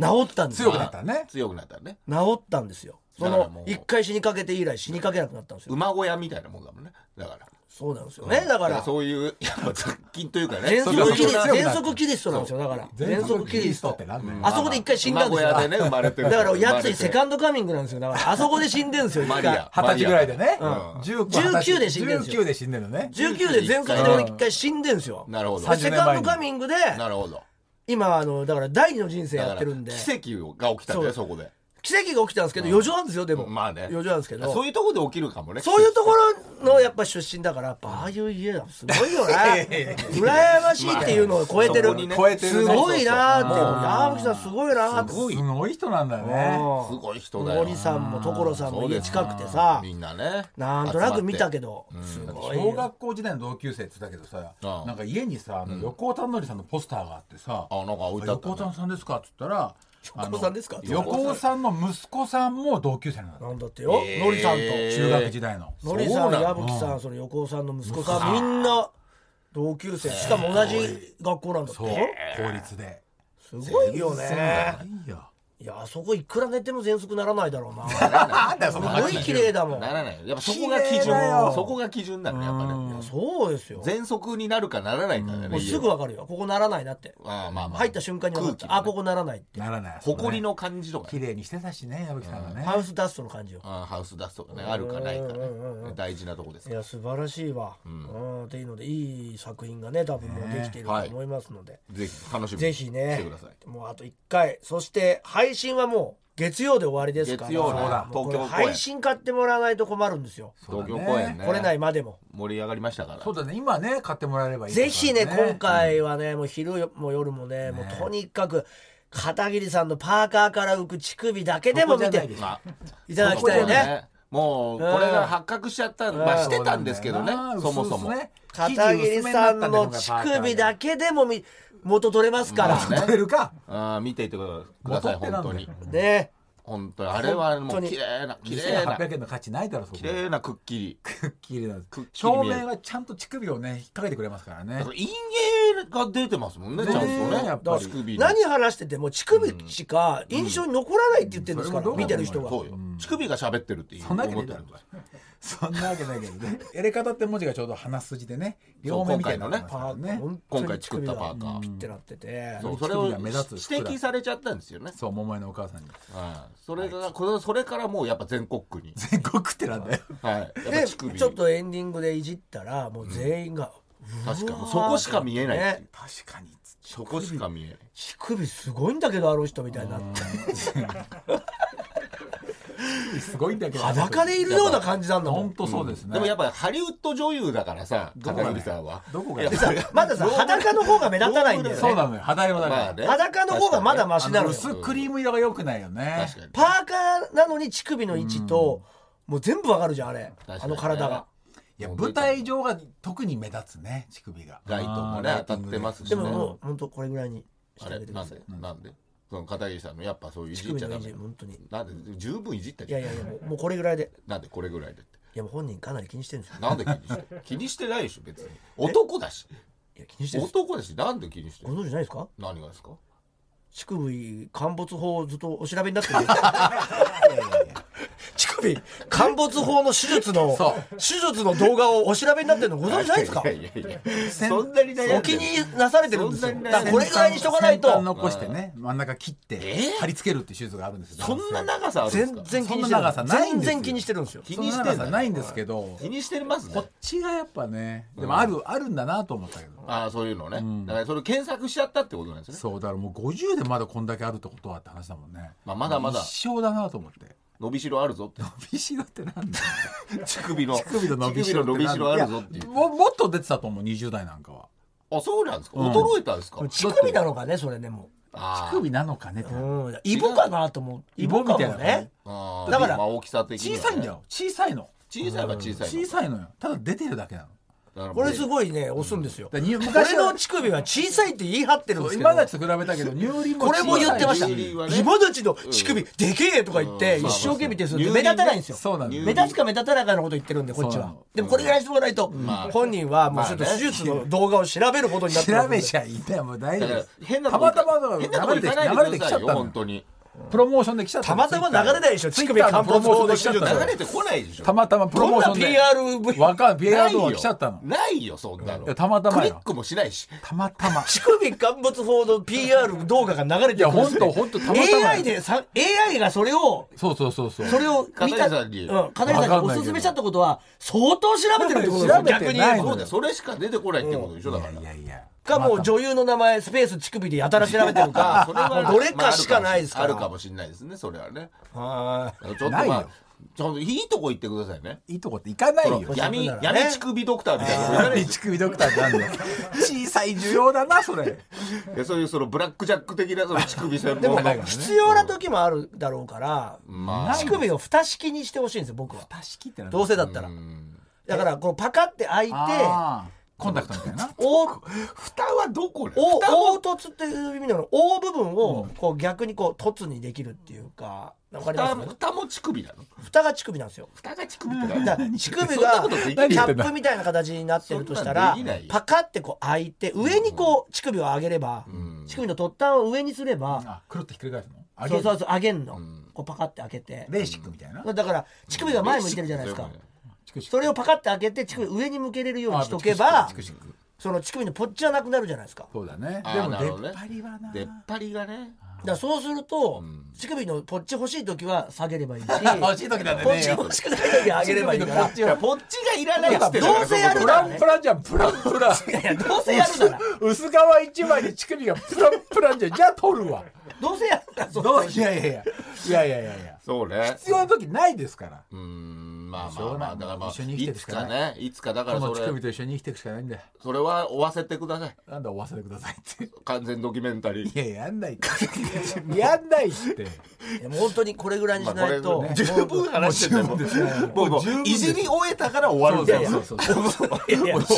Speaker 1: 治ったんです
Speaker 3: 強
Speaker 1: よ
Speaker 3: くなった
Speaker 2: うん
Speaker 3: ね
Speaker 2: 強くなったね
Speaker 1: 治ったんですよそ
Speaker 2: だから
Speaker 1: の
Speaker 2: もう
Speaker 1: 一回死にかけて以来死にかけなくなったんですよ
Speaker 2: 馬小屋みたいなもんだもんねだから
Speaker 1: そうなんですよねだから
Speaker 2: そういうやっぱ雑菌というかね
Speaker 1: 全
Speaker 2: そう
Speaker 1: 息キ
Speaker 2: いう
Speaker 1: リ
Speaker 2: のが
Speaker 1: ス
Speaker 3: 強
Speaker 1: ト
Speaker 3: く
Speaker 1: 全息キ
Speaker 3: なった
Speaker 1: リストなんですよだから全息キリスト
Speaker 3: ってなんだよ
Speaker 1: あそこで一回死んだんですよ
Speaker 2: 馬小屋でね生まれてる
Speaker 1: だからやつ
Speaker 2: 生まれ
Speaker 1: い
Speaker 2: て
Speaker 1: セカンドカミングなんですよだからあそこで死んでるんですよ一
Speaker 2: マ
Speaker 1: 回
Speaker 2: リア
Speaker 3: 二十歳ぐらいでね
Speaker 2: うん
Speaker 3: 19
Speaker 1: 19で死んでるんですよ
Speaker 3: 19で死んでるのね
Speaker 1: 19で全息で俺一回死んでるんですよ
Speaker 2: なるほど
Speaker 1: でセカンドカミングで
Speaker 2: なるほど
Speaker 1: 今あのだから第二の人生
Speaker 2: だ
Speaker 1: や
Speaker 2: か
Speaker 1: っ
Speaker 2: ら
Speaker 1: てるんで
Speaker 2: 奇跡が起きたんだよそこで
Speaker 1: 奇跡が起きたんですけど余剰なんですよでも
Speaker 2: まあね
Speaker 1: 余剰なんですけど
Speaker 2: そういうとこで起きるかもね
Speaker 1: そういうところのやっぱ出身だから、やっぱああいう家だ、すごい よね。羨ましいっていうのを超えてる。
Speaker 2: まあそこにね
Speaker 3: 超えて
Speaker 1: す
Speaker 3: るね
Speaker 1: ごいなーって、
Speaker 2: そうそうそう
Speaker 1: 山口さんすごいなーって。
Speaker 2: すごい
Speaker 3: すごい人なんだよね
Speaker 2: すごい人だよ
Speaker 1: 森さんも所さんも
Speaker 2: そう
Speaker 1: 家
Speaker 2: だよ
Speaker 1: 近くてさ、
Speaker 2: みんなね
Speaker 1: なんとなく見たけ
Speaker 2: ど
Speaker 1: ど、
Speaker 2: ん
Speaker 1: すごいよ。
Speaker 3: 小学校時代の同級生って言ってたけどさ
Speaker 2: ああ
Speaker 3: なんか家にさあの横尾忠則さんのポスターがあってさ
Speaker 2: あなんか置いてあった
Speaker 3: 横尾
Speaker 2: ね
Speaker 3: さんですかって言ったら
Speaker 1: 横尾さんですか
Speaker 3: あの横尾さんの息子さんも同級生なんだ
Speaker 1: なんだってよ、
Speaker 2: えー
Speaker 1: のりさんと。
Speaker 2: え
Speaker 3: 中学時代の
Speaker 1: のりさ
Speaker 2: そ
Speaker 1: ん、
Speaker 2: うなの
Speaker 1: 矢吹さん、その横尾さんの息子さん、みんな同級生。しかも同じ学校なんだって
Speaker 3: そう
Speaker 1: よ。
Speaker 3: 公立です
Speaker 1: ごいよね。
Speaker 3: いいよ
Speaker 1: いや、あそこいくら寝ても喘息ならないだろうな。
Speaker 2: なんだよ
Speaker 1: すごい綺麗だもん。
Speaker 2: ならないよやっぱそこが基準
Speaker 3: 綺麗だよ
Speaker 2: そこが基準なのやっぱね
Speaker 1: そうですよ。
Speaker 2: 喘息になるかならないかだよね
Speaker 1: もうすぐわかるよ。ここならないなって。
Speaker 2: ああまあまあ
Speaker 1: 入った瞬間に分かっ
Speaker 2: 空気
Speaker 1: た。
Speaker 2: がね
Speaker 1: あ、ここならないって。
Speaker 3: ならない
Speaker 2: 埃の感じとか
Speaker 3: 綺麗にしてたしね矢吹さんがね
Speaker 1: ハウスダストの感じよ。
Speaker 2: あハウスダストがねあるかないかね大事なとこで
Speaker 1: い
Speaker 2: すから
Speaker 1: や、素晴らしいわ。うん。っていうので、いい作品がね、多分もうできていると思いますので。
Speaker 2: ぜひ楽しみに
Speaker 1: ぜひ
Speaker 2: して
Speaker 1: ね
Speaker 2: ください。
Speaker 1: もうあと1回。そして、配信はもう、月曜で終わりですから。
Speaker 2: 月曜だ
Speaker 1: そうだもうこれ
Speaker 2: 東京公演
Speaker 1: 配信買ってもらわないと困るんですよ。
Speaker 3: そうだ
Speaker 2: 東
Speaker 3: ね
Speaker 2: 京公演ね
Speaker 1: 来れないまでも。
Speaker 2: 盛り上がりましたから
Speaker 3: そうだね今ね買ってもらえればいい
Speaker 1: ぜひね
Speaker 3: から
Speaker 1: 今回はね、もう昼も夜もねもうとにかく片桐さんのパーカーから浮く乳首だけでも見
Speaker 3: そこじゃな
Speaker 1: て
Speaker 3: いです
Speaker 2: まあ
Speaker 1: いただきたい
Speaker 2: そこ
Speaker 1: ね
Speaker 2: ねもうこれが発覚しちゃったまあしてたんですけどね
Speaker 3: そうなんだよな
Speaker 2: そもそも
Speaker 3: 薄々ね
Speaker 1: 片桐さんの乳首だけでもみ元取れますから、
Speaker 2: まあね
Speaker 3: 取れるか
Speaker 2: あー見ていてください
Speaker 3: 元って
Speaker 2: 本
Speaker 3: なんだ
Speaker 2: 当
Speaker 3: よ
Speaker 2: に
Speaker 1: ね
Speaker 2: 本当にあれはもう綺麗な綺麗な
Speaker 3: 2800円の価値ないだろそこ
Speaker 2: 綺麗なくっきり
Speaker 3: くっきりなんです
Speaker 2: くっきり
Speaker 3: 照
Speaker 2: 見える
Speaker 3: 明はちゃんと乳首をね引っ掛けてくれますからね
Speaker 2: だから陰影が出てますもんねち
Speaker 3: ね
Speaker 2: ゃんとね
Speaker 3: やっぱり
Speaker 2: 乳首に
Speaker 1: 何話してても乳首しか印象に残らないって言ってるんですから、
Speaker 3: うん
Speaker 1: 見てる人が
Speaker 2: そうよ乳首が喋ってるっていう
Speaker 3: そんなわけ
Speaker 2: 思
Speaker 3: ね
Speaker 2: っ
Speaker 3: え
Speaker 2: て
Speaker 3: だ
Speaker 2: る
Speaker 3: ろそんなわけないけどねエレカタって文字がちょうど鼻筋でね両目みたいな
Speaker 2: そ
Speaker 1: パ
Speaker 2: う
Speaker 1: ー
Speaker 3: の
Speaker 1: カー
Speaker 3: ね
Speaker 1: 本当
Speaker 2: 今
Speaker 1: に
Speaker 2: 回作ったパーカー
Speaker 1: ピッてなってて
Speaker 2: そううんそれを
Speaker 3: 乳
Speaker 2: 指
Speaker 3: 首が目立つ服だ
Speaker 2: 摘されちゃったんですよね
Speaker 3: そう桃江のお母さんに
Speaker 2: はいそれがこれそれからもうやっぱ全国区に
Speaker 3: 全国区ってなん だよ
Speaker 2: はいやっぱ
Speaker 1: で
Speaker 2: 乳首
Speaker 1: ちょっとエンディングでいじったらもう全員が、
Speaker 2: 確かにそこしか見えないっていう
Speaker 1: ね
Speaker 3: 確かに
Speaker 2: そこしか見えない
Speaker 1: 乳首すごいんだけどあの人みたいになって
Speaker 3: すごいんだけど
Speaker 1: 裸でいるような感じなんだも
Speaker 3: 本
Speaker 1: ん
Speaker 3: 当そうですね
Speaker 2: でもやっぱりハリウッド女優だからさ
Speaker 3: どこ
Speaker 2: 片
Speaker 3: がね
Speaker 2: 桐さんは
Speaker 3: どこが
Speaker 2: いや
Speaker 3: ね
Speaker 2: それ
Speaker 1: まださ裸の方が目立たないんだよね
Speaker 3: そうなのよ肌色だから
Speaker 2: まあね
Speaker 1: 裸の方がまだマシ
Speaker 3: あ
Speaker 1: な
Speaker 3: の
Speaker 1: のよ
Speaker 3: 薄クリーム色が良くないよね
Speaker 2: 確かに
Speaker 1: パーカーなのに乳首の位置ともう全部わかるじゃんあれ
Speaker 2: かにね
Speaker 1: あの体が
Speaker 3: いや舞台上が特に目立つね乳首が
Speaker 2: ライトもね
Speaker 3: あー
Speaker 2: 当たってますし
Speaker 1: で
Speaker 2: ね
Speaker 1: も もう本当これぐらいにして
Speaker 2: あ
Speaker 1: あ
Speaker 2: れ
Speaker 1: げてく
Speaker 2: な
Speaker 1: だ
Speaker 2: ん
Speaker 1: さ
Speaker 2: で
Speaker 1: い
Speaker 2: なんでその片桐さんのやっぱそういうい
Speaker 1: 乳
Speaker 2: じっ
Speaker 1: 首
Speaker 2: ちゃ
Speaker 1: の
Speaker 2: ダ
Speaker 1: 位
Speaker 2: メ
Speaker 1: 置本当にい
Speaker 2: なんで十分いじったじゃ
Speaker 1: や
Speaker 2: ん
Speaker 1: いやいやもうもうこれぐらいで
Speaker 2: なんでこれぐらいでって
Speaker 1: いやもう本人かなり気にしてるんですよ
Speaker 2: なんで気にして気にしてないでしょ別に男だし
Speaker 1: いや気にしてる
Speaker 2: 男ですよなんで気にして
Speaker 1: ご
Speaker 2: る
Speaker 1: 存知ないですか
Speaker 2: 何がですか
Speaker 1: 乳首陥没法をずっとお調べになってる 乳首陥没法の手術の
Speaker 2: そう
Speaker 1: 手術の動画をお調べになってるのご存知ないですか
Speaker 2: いやいやいやそんなに悩んでる
Speaker 1: お気になされてるんですよ
Speaker 2: そんなに
Speaker 1: だ
Speaker 2: ね
Speaker 1: からこれぐらいにしとかない
Speaker 3: 先端
Speaker 1: と
Speaker 3: 残してね、真ん中切って
Speaker 2: えー
Speaker 3: 貼り付けるって手術があるんですよ
Speaker 2: そんな長さあるんです
Speaker 1: 全
Speaker 2: か
Speaker 1: 然気にし
Speaker 3: そん
Speaker 1: て
Speaker 3: な
Speaker 1: る
Speaker 3: 長さない
Speaker 1: 全
Speaker 3: んですよ
Speaker 1: 然気にしてるんですよ
Speaker 2: 気
Speaker 3: そん
Speaker 2: に
Speaker 3: な
Speaker 2: して
Speaker 3: 長
Speaker 2: ん
Speaker 3: さ
Speaker 2: だ
Speaker 3: ないんですけど
Speaker 2: 気にしてます
Speaker 3: こっちがやっぱねでもある、あるんだなと思ったけど
Speaker 2: ああそういうのね、だからそれ検索しちゃったってことなんですね
Speaker 3: そうだからもう50でまだこんだけあるってことはって話だもんね、
Speaker 2: まあまだまだ
Speaker 3: 一生だなと思って
Speaker 2: 伸びしろあるぞって
Speaker 3: 伸びしろってなんだよ
Speaker 2: 乳首の乳
Speaker 3: 首の伸びしろっ
Speaker 2: 首の
Speaker 3: て
Speaker 2: 伸びしろあるぞっ
Speaker 3: い
Speaker 2: てい
Speaker 3: や
Speaker 2: う
Speaker 3: ももっと出てたと思う20代なんかは
Speaker 2: あそうなんですか、
Speaker 3: うん
Speaker 2: 驚いたんですか
Speaker 1: 乳首なのかねそれでも
Speaker 2: あ
Speaker 3: 乳首なのかねって
Speaker 1: うんイボかなと思うイ
Speaker 3: イボ
Speaker 1: ボ
Speaker 3: み
Speaker 1: か
Speaker 3: たい
Speaker 1: も
Speaker 3: な
Speaker 1: ね
Speaker 2: あ
Speaker 1: だから
Speaker 2: まあ大きさ的にはね
Speaker 3: 小さいんだよ小さいの
Speaker 2: 小さいは小さいの
Speaker 3: 小さいのよただ出てるだけなの
Speaker 2: だからもう
Speaker 1: これすごいね押すんですよ
Speaker 3: だからに昔
Speaker 1: 俺
Speaker 3: は
Speaker 1: の乳首は小さいって言い張ってるんですけど
Speaker 3: 今だちと比べたけど乳輪も
Speaker 1: これも言ってました
Speaker 3: 小
Speaker 2: 乳
Speaker 3: さいし
Speaker 2: 輪はね
Speaker 1: 今たちの乳首でけえとか言って
Speaker 2: うん
Speaker 1: 一生懸命でする
Speaker 2: まあまあ
Speaker 1: 目立たないんです
Speaker 3: そう
Speaker 1: よ
Speaker 3: なんだよ
Speaker 1: 目立つか目立たないかのこと言ってるんでこっち
Speaker 3: そうな
Speaker 1: は
Speaker 3: の
Speaker 1: でもこれぐらいしてもらないと
Speaker 2: まあ
Speaker 1: 本人はもうちょっと
Speaker 2: まあ
Speaker 1: 手
Speaker 2: ね
Speaker 1: 術の動画を調べることになってる
Speaker 3: 調べちゃいいんだよもう大丈
Speaker 2: だか
Speaker 3: 夫で
Speaker 2: ら
Speaker 3: す
Speaker 2: 変なと
Speaker 3: た
Speaker 2: こ
Speaker 3: またまだ
Speaker 2: 変なとこ
Speaker 3: 流
Speaker 2: 行
Speaker 3: れ
Speaker 2: か
Speaker 3: て
Speaker 2: ない
Speaker 3: 流
Speaker 2: で
Speaker 3: れて
Speaker 2: くだ
Speaker 3: きち
Speaker 2: さ
Speaker 3: ゃっ
Speaker 2: い
Speaker 3: た
Speaker 2: よ
Speaker 3: の
Speaker 2: 本当に
Speaker 3: プロモーションで来ちゃった
Speaker 1: たまたま流れないでしょ
Speaker 3: ツイ
Speaker 1: 乳
Speaker 3: ッター
Speaker 1: 首完歩法
Speaker 3: の
Speaker 1: で来ちゃった
Speaker 3: プロモーションで来ちゃった
Speaker 2: 流
Speaker 3: の
Speaker 2: れてこないでしょ
Speaker 3: たまたまプロモーションで
Speaker 1: どんな PRV
Speaker 3: わかん
Speaker 2: ない
Speaker 3: PRV が来ちゃったの
Speaker 2: ないよそんなの
Speaker 3: いやたまたま
Speaker 2: クリ
Speaker 3: よ
Speaker 2: ックもしないした
Speaker 3: またま
Speaker 1: 乳首陥没法の PR 動画が流れてるんですよ
Speaker 3: いやほんとほんとたまたま
Speaker 1: AI でさ AI がそれを
Speaker 3: そうそうそうそう
Speaker 1: それを見た
Speaker 2: 片桐さんに
Speaker 1: うん、片桐さんにおすすめしたってことは相当調べてるってことです
Speaker 3: 調
Speaker 1: よ
Speaker 3: べ
Speaker 1: 逆
Speaker 3: て
Speaker 1: に
Speaker 3: な
Speaker 1: 言
Speaker 3: い
Speaker 1: えば
Speaker 3: の
Speaker 2: そうだよそれしか出てこないってことでしょだから
Speaker 3: いやいや
Speaker 1: かもう女優の名前スペース乳首でやたら調べてる
Speaker 2: まあそれ
Speaker 1: か
Speaker 2: は
Speaker 1: もうどれかしかないですか
Speaker 2: あ
Speaker 1: ら
Speaker 2: るかもしれないですねそれはね
Speaker 1: は
Speaker 2: ちょっと
Speaker 3: ない
Speaker 2: まあ
Speaker 3: よ
Speaker 2: ちょっといいとこ行ってくださいね
Speaker 3: いいとこって行かないよ
Speaker 1: そう
Speaker 2: 闇
Speaker 1: そうだからね
Speaker 2: 闇乳首ドクターみたいなとこ行かない
Speaker 3: 何
Speaker 2: でし
Speaker 3: 乳首ドクターってなんだよ小さい需要だなそれ
Speaker 2: ょいやそういうそのブラックジャック的なその乳首専
Speaker 1: いでも
Speaker 2: 門の
Speaker 1: 必要な時もあるだろうから
Speaker 2: まあ
Speaker 1: 乳首を蓋式にしてほしいんですよ僕は
Speaker 3: 足し切ってな
Speaker 1: どうせだったらだからこのパカって開いて
Speaker 3: あーコンタクトみたいな
Speaker 1: お
Speaker 2: 蓋はどこね
Speaker 1: お凹凸っていう意味なの凹部分をこう逆にこう凸にできるっていうかわかりま
Speaker 2: 蓋
Speaker 1: す
Speaker 2: も蓋も乳首なの
Speaker 1: 蓋が乳首なんですよ
Speaker 2: 蓋が乳首って
Speaker 1: だ
Speaker 2: 何
Speaker 1: から乳首
Speaker 2: そんな
Speaker 1: が
Speaker 2: こと
Speaker 1: キ
Speaker 2: でき
Speaker 3: 何
Speaker 2: ない
Speaker 3: 言
Speaker 1: ャ
Speaker 3: ってんだ
Speaker 1: ップみたいな形になってるとしたら
Speaker 2: そんなんできないよ
Speaker 1: パカってこう開いて上にこう乳首を上げれば
Speaker 2: ん
Speaker 1: 乳首の突端を上にすれば
Speaker 3: あくるってひっくり返すのあ
Speaker 1: そう
Speaker 3: げ
Speaker 1: そうそう上げんの、
Speaker 2: ん
Speaker 1: こうパカって開けて
Speaker 3: レーシックみたいな
Speaker 1: だから乳首が前向いてるじゃないですか
Speaker 3: チクシ
Speaker 1: それをパカって開けて乳首上に向けれるようにしとけば
Speaker 3: チクシク
Speaker 1: その乳首のポッチはなくなるじゃないですか
Speaker 3: そうだね
Speaker 2: あー
Speaker 3: でも
Speaker 2: なるほど
Speaker 3: 出
Speaker 2: ね
Speaker 3: っ張りはな
Speaker 2: 出っ張りがね
Speaker 1: だからそうすると乳首のポッチ欲しい時は下げれば いいしポ
Speaker 3: 欲しい時だって
Speaker 1: ッ
Speaker 3: ね
Speaker 1: チ欲しくない時は上げればいいから
Speaker 2: いやポッチがいらないっつってんだから
Speaker 1: どうせやる
Speaker 2: そ
Speaker 3: プ
Speaker 2: こで
Speaker 3: ランプランじゃんプランプラン
Speaker 1: いやどうせやるなら
Speaker 3: 薄皮一枚で乳首がプランプランじゃんじゃあ取るわ
Speaker 1: どうせやるならそう
Speaker 3: どういやいやいやいやいやいやいや
Speaker 2: そうね
Speaker 3: 必要な時ないですから
Speaker 2: うーんまあ
Speaker 3: し
Speaker 2: ま
Speaker 3: ょう
Speaker 2: あ
Speaker 3: が
Speaker 2: ま
Speaker 3: な
Speaker 2: あ
Speaker 3: い
Speaker 2: だからまあ
Speaker 3: 一緒に生きて
Speaker 2: い
Speaker 3: る
Speaker 2: つ
Speaker 3: しか
Speaker 2: か
Speaker 3: な
Speaker 2: ねいつかだから
Speaker 3: この
Speaker 2: そ
Speaker 3: 乳首
Speaker 2: れ
Speaker 3: と一緒に生きていくしかないんだよ
Speaker 2: それは追わせてください
Speaker 3: なんだお忘れくださいって
Speaker 2: 完全ドキュメンタリー
Speaker 3: いややんないって やんないって
Speaker 1: いやもう本当にこれぐらいにしないと、
Speaker 2: まあこれね十分話してたよもうもうもういじり終えたから終わるんだよ
Speaker 3: そうそうそうそう
Speaker 1: いやいやもうこ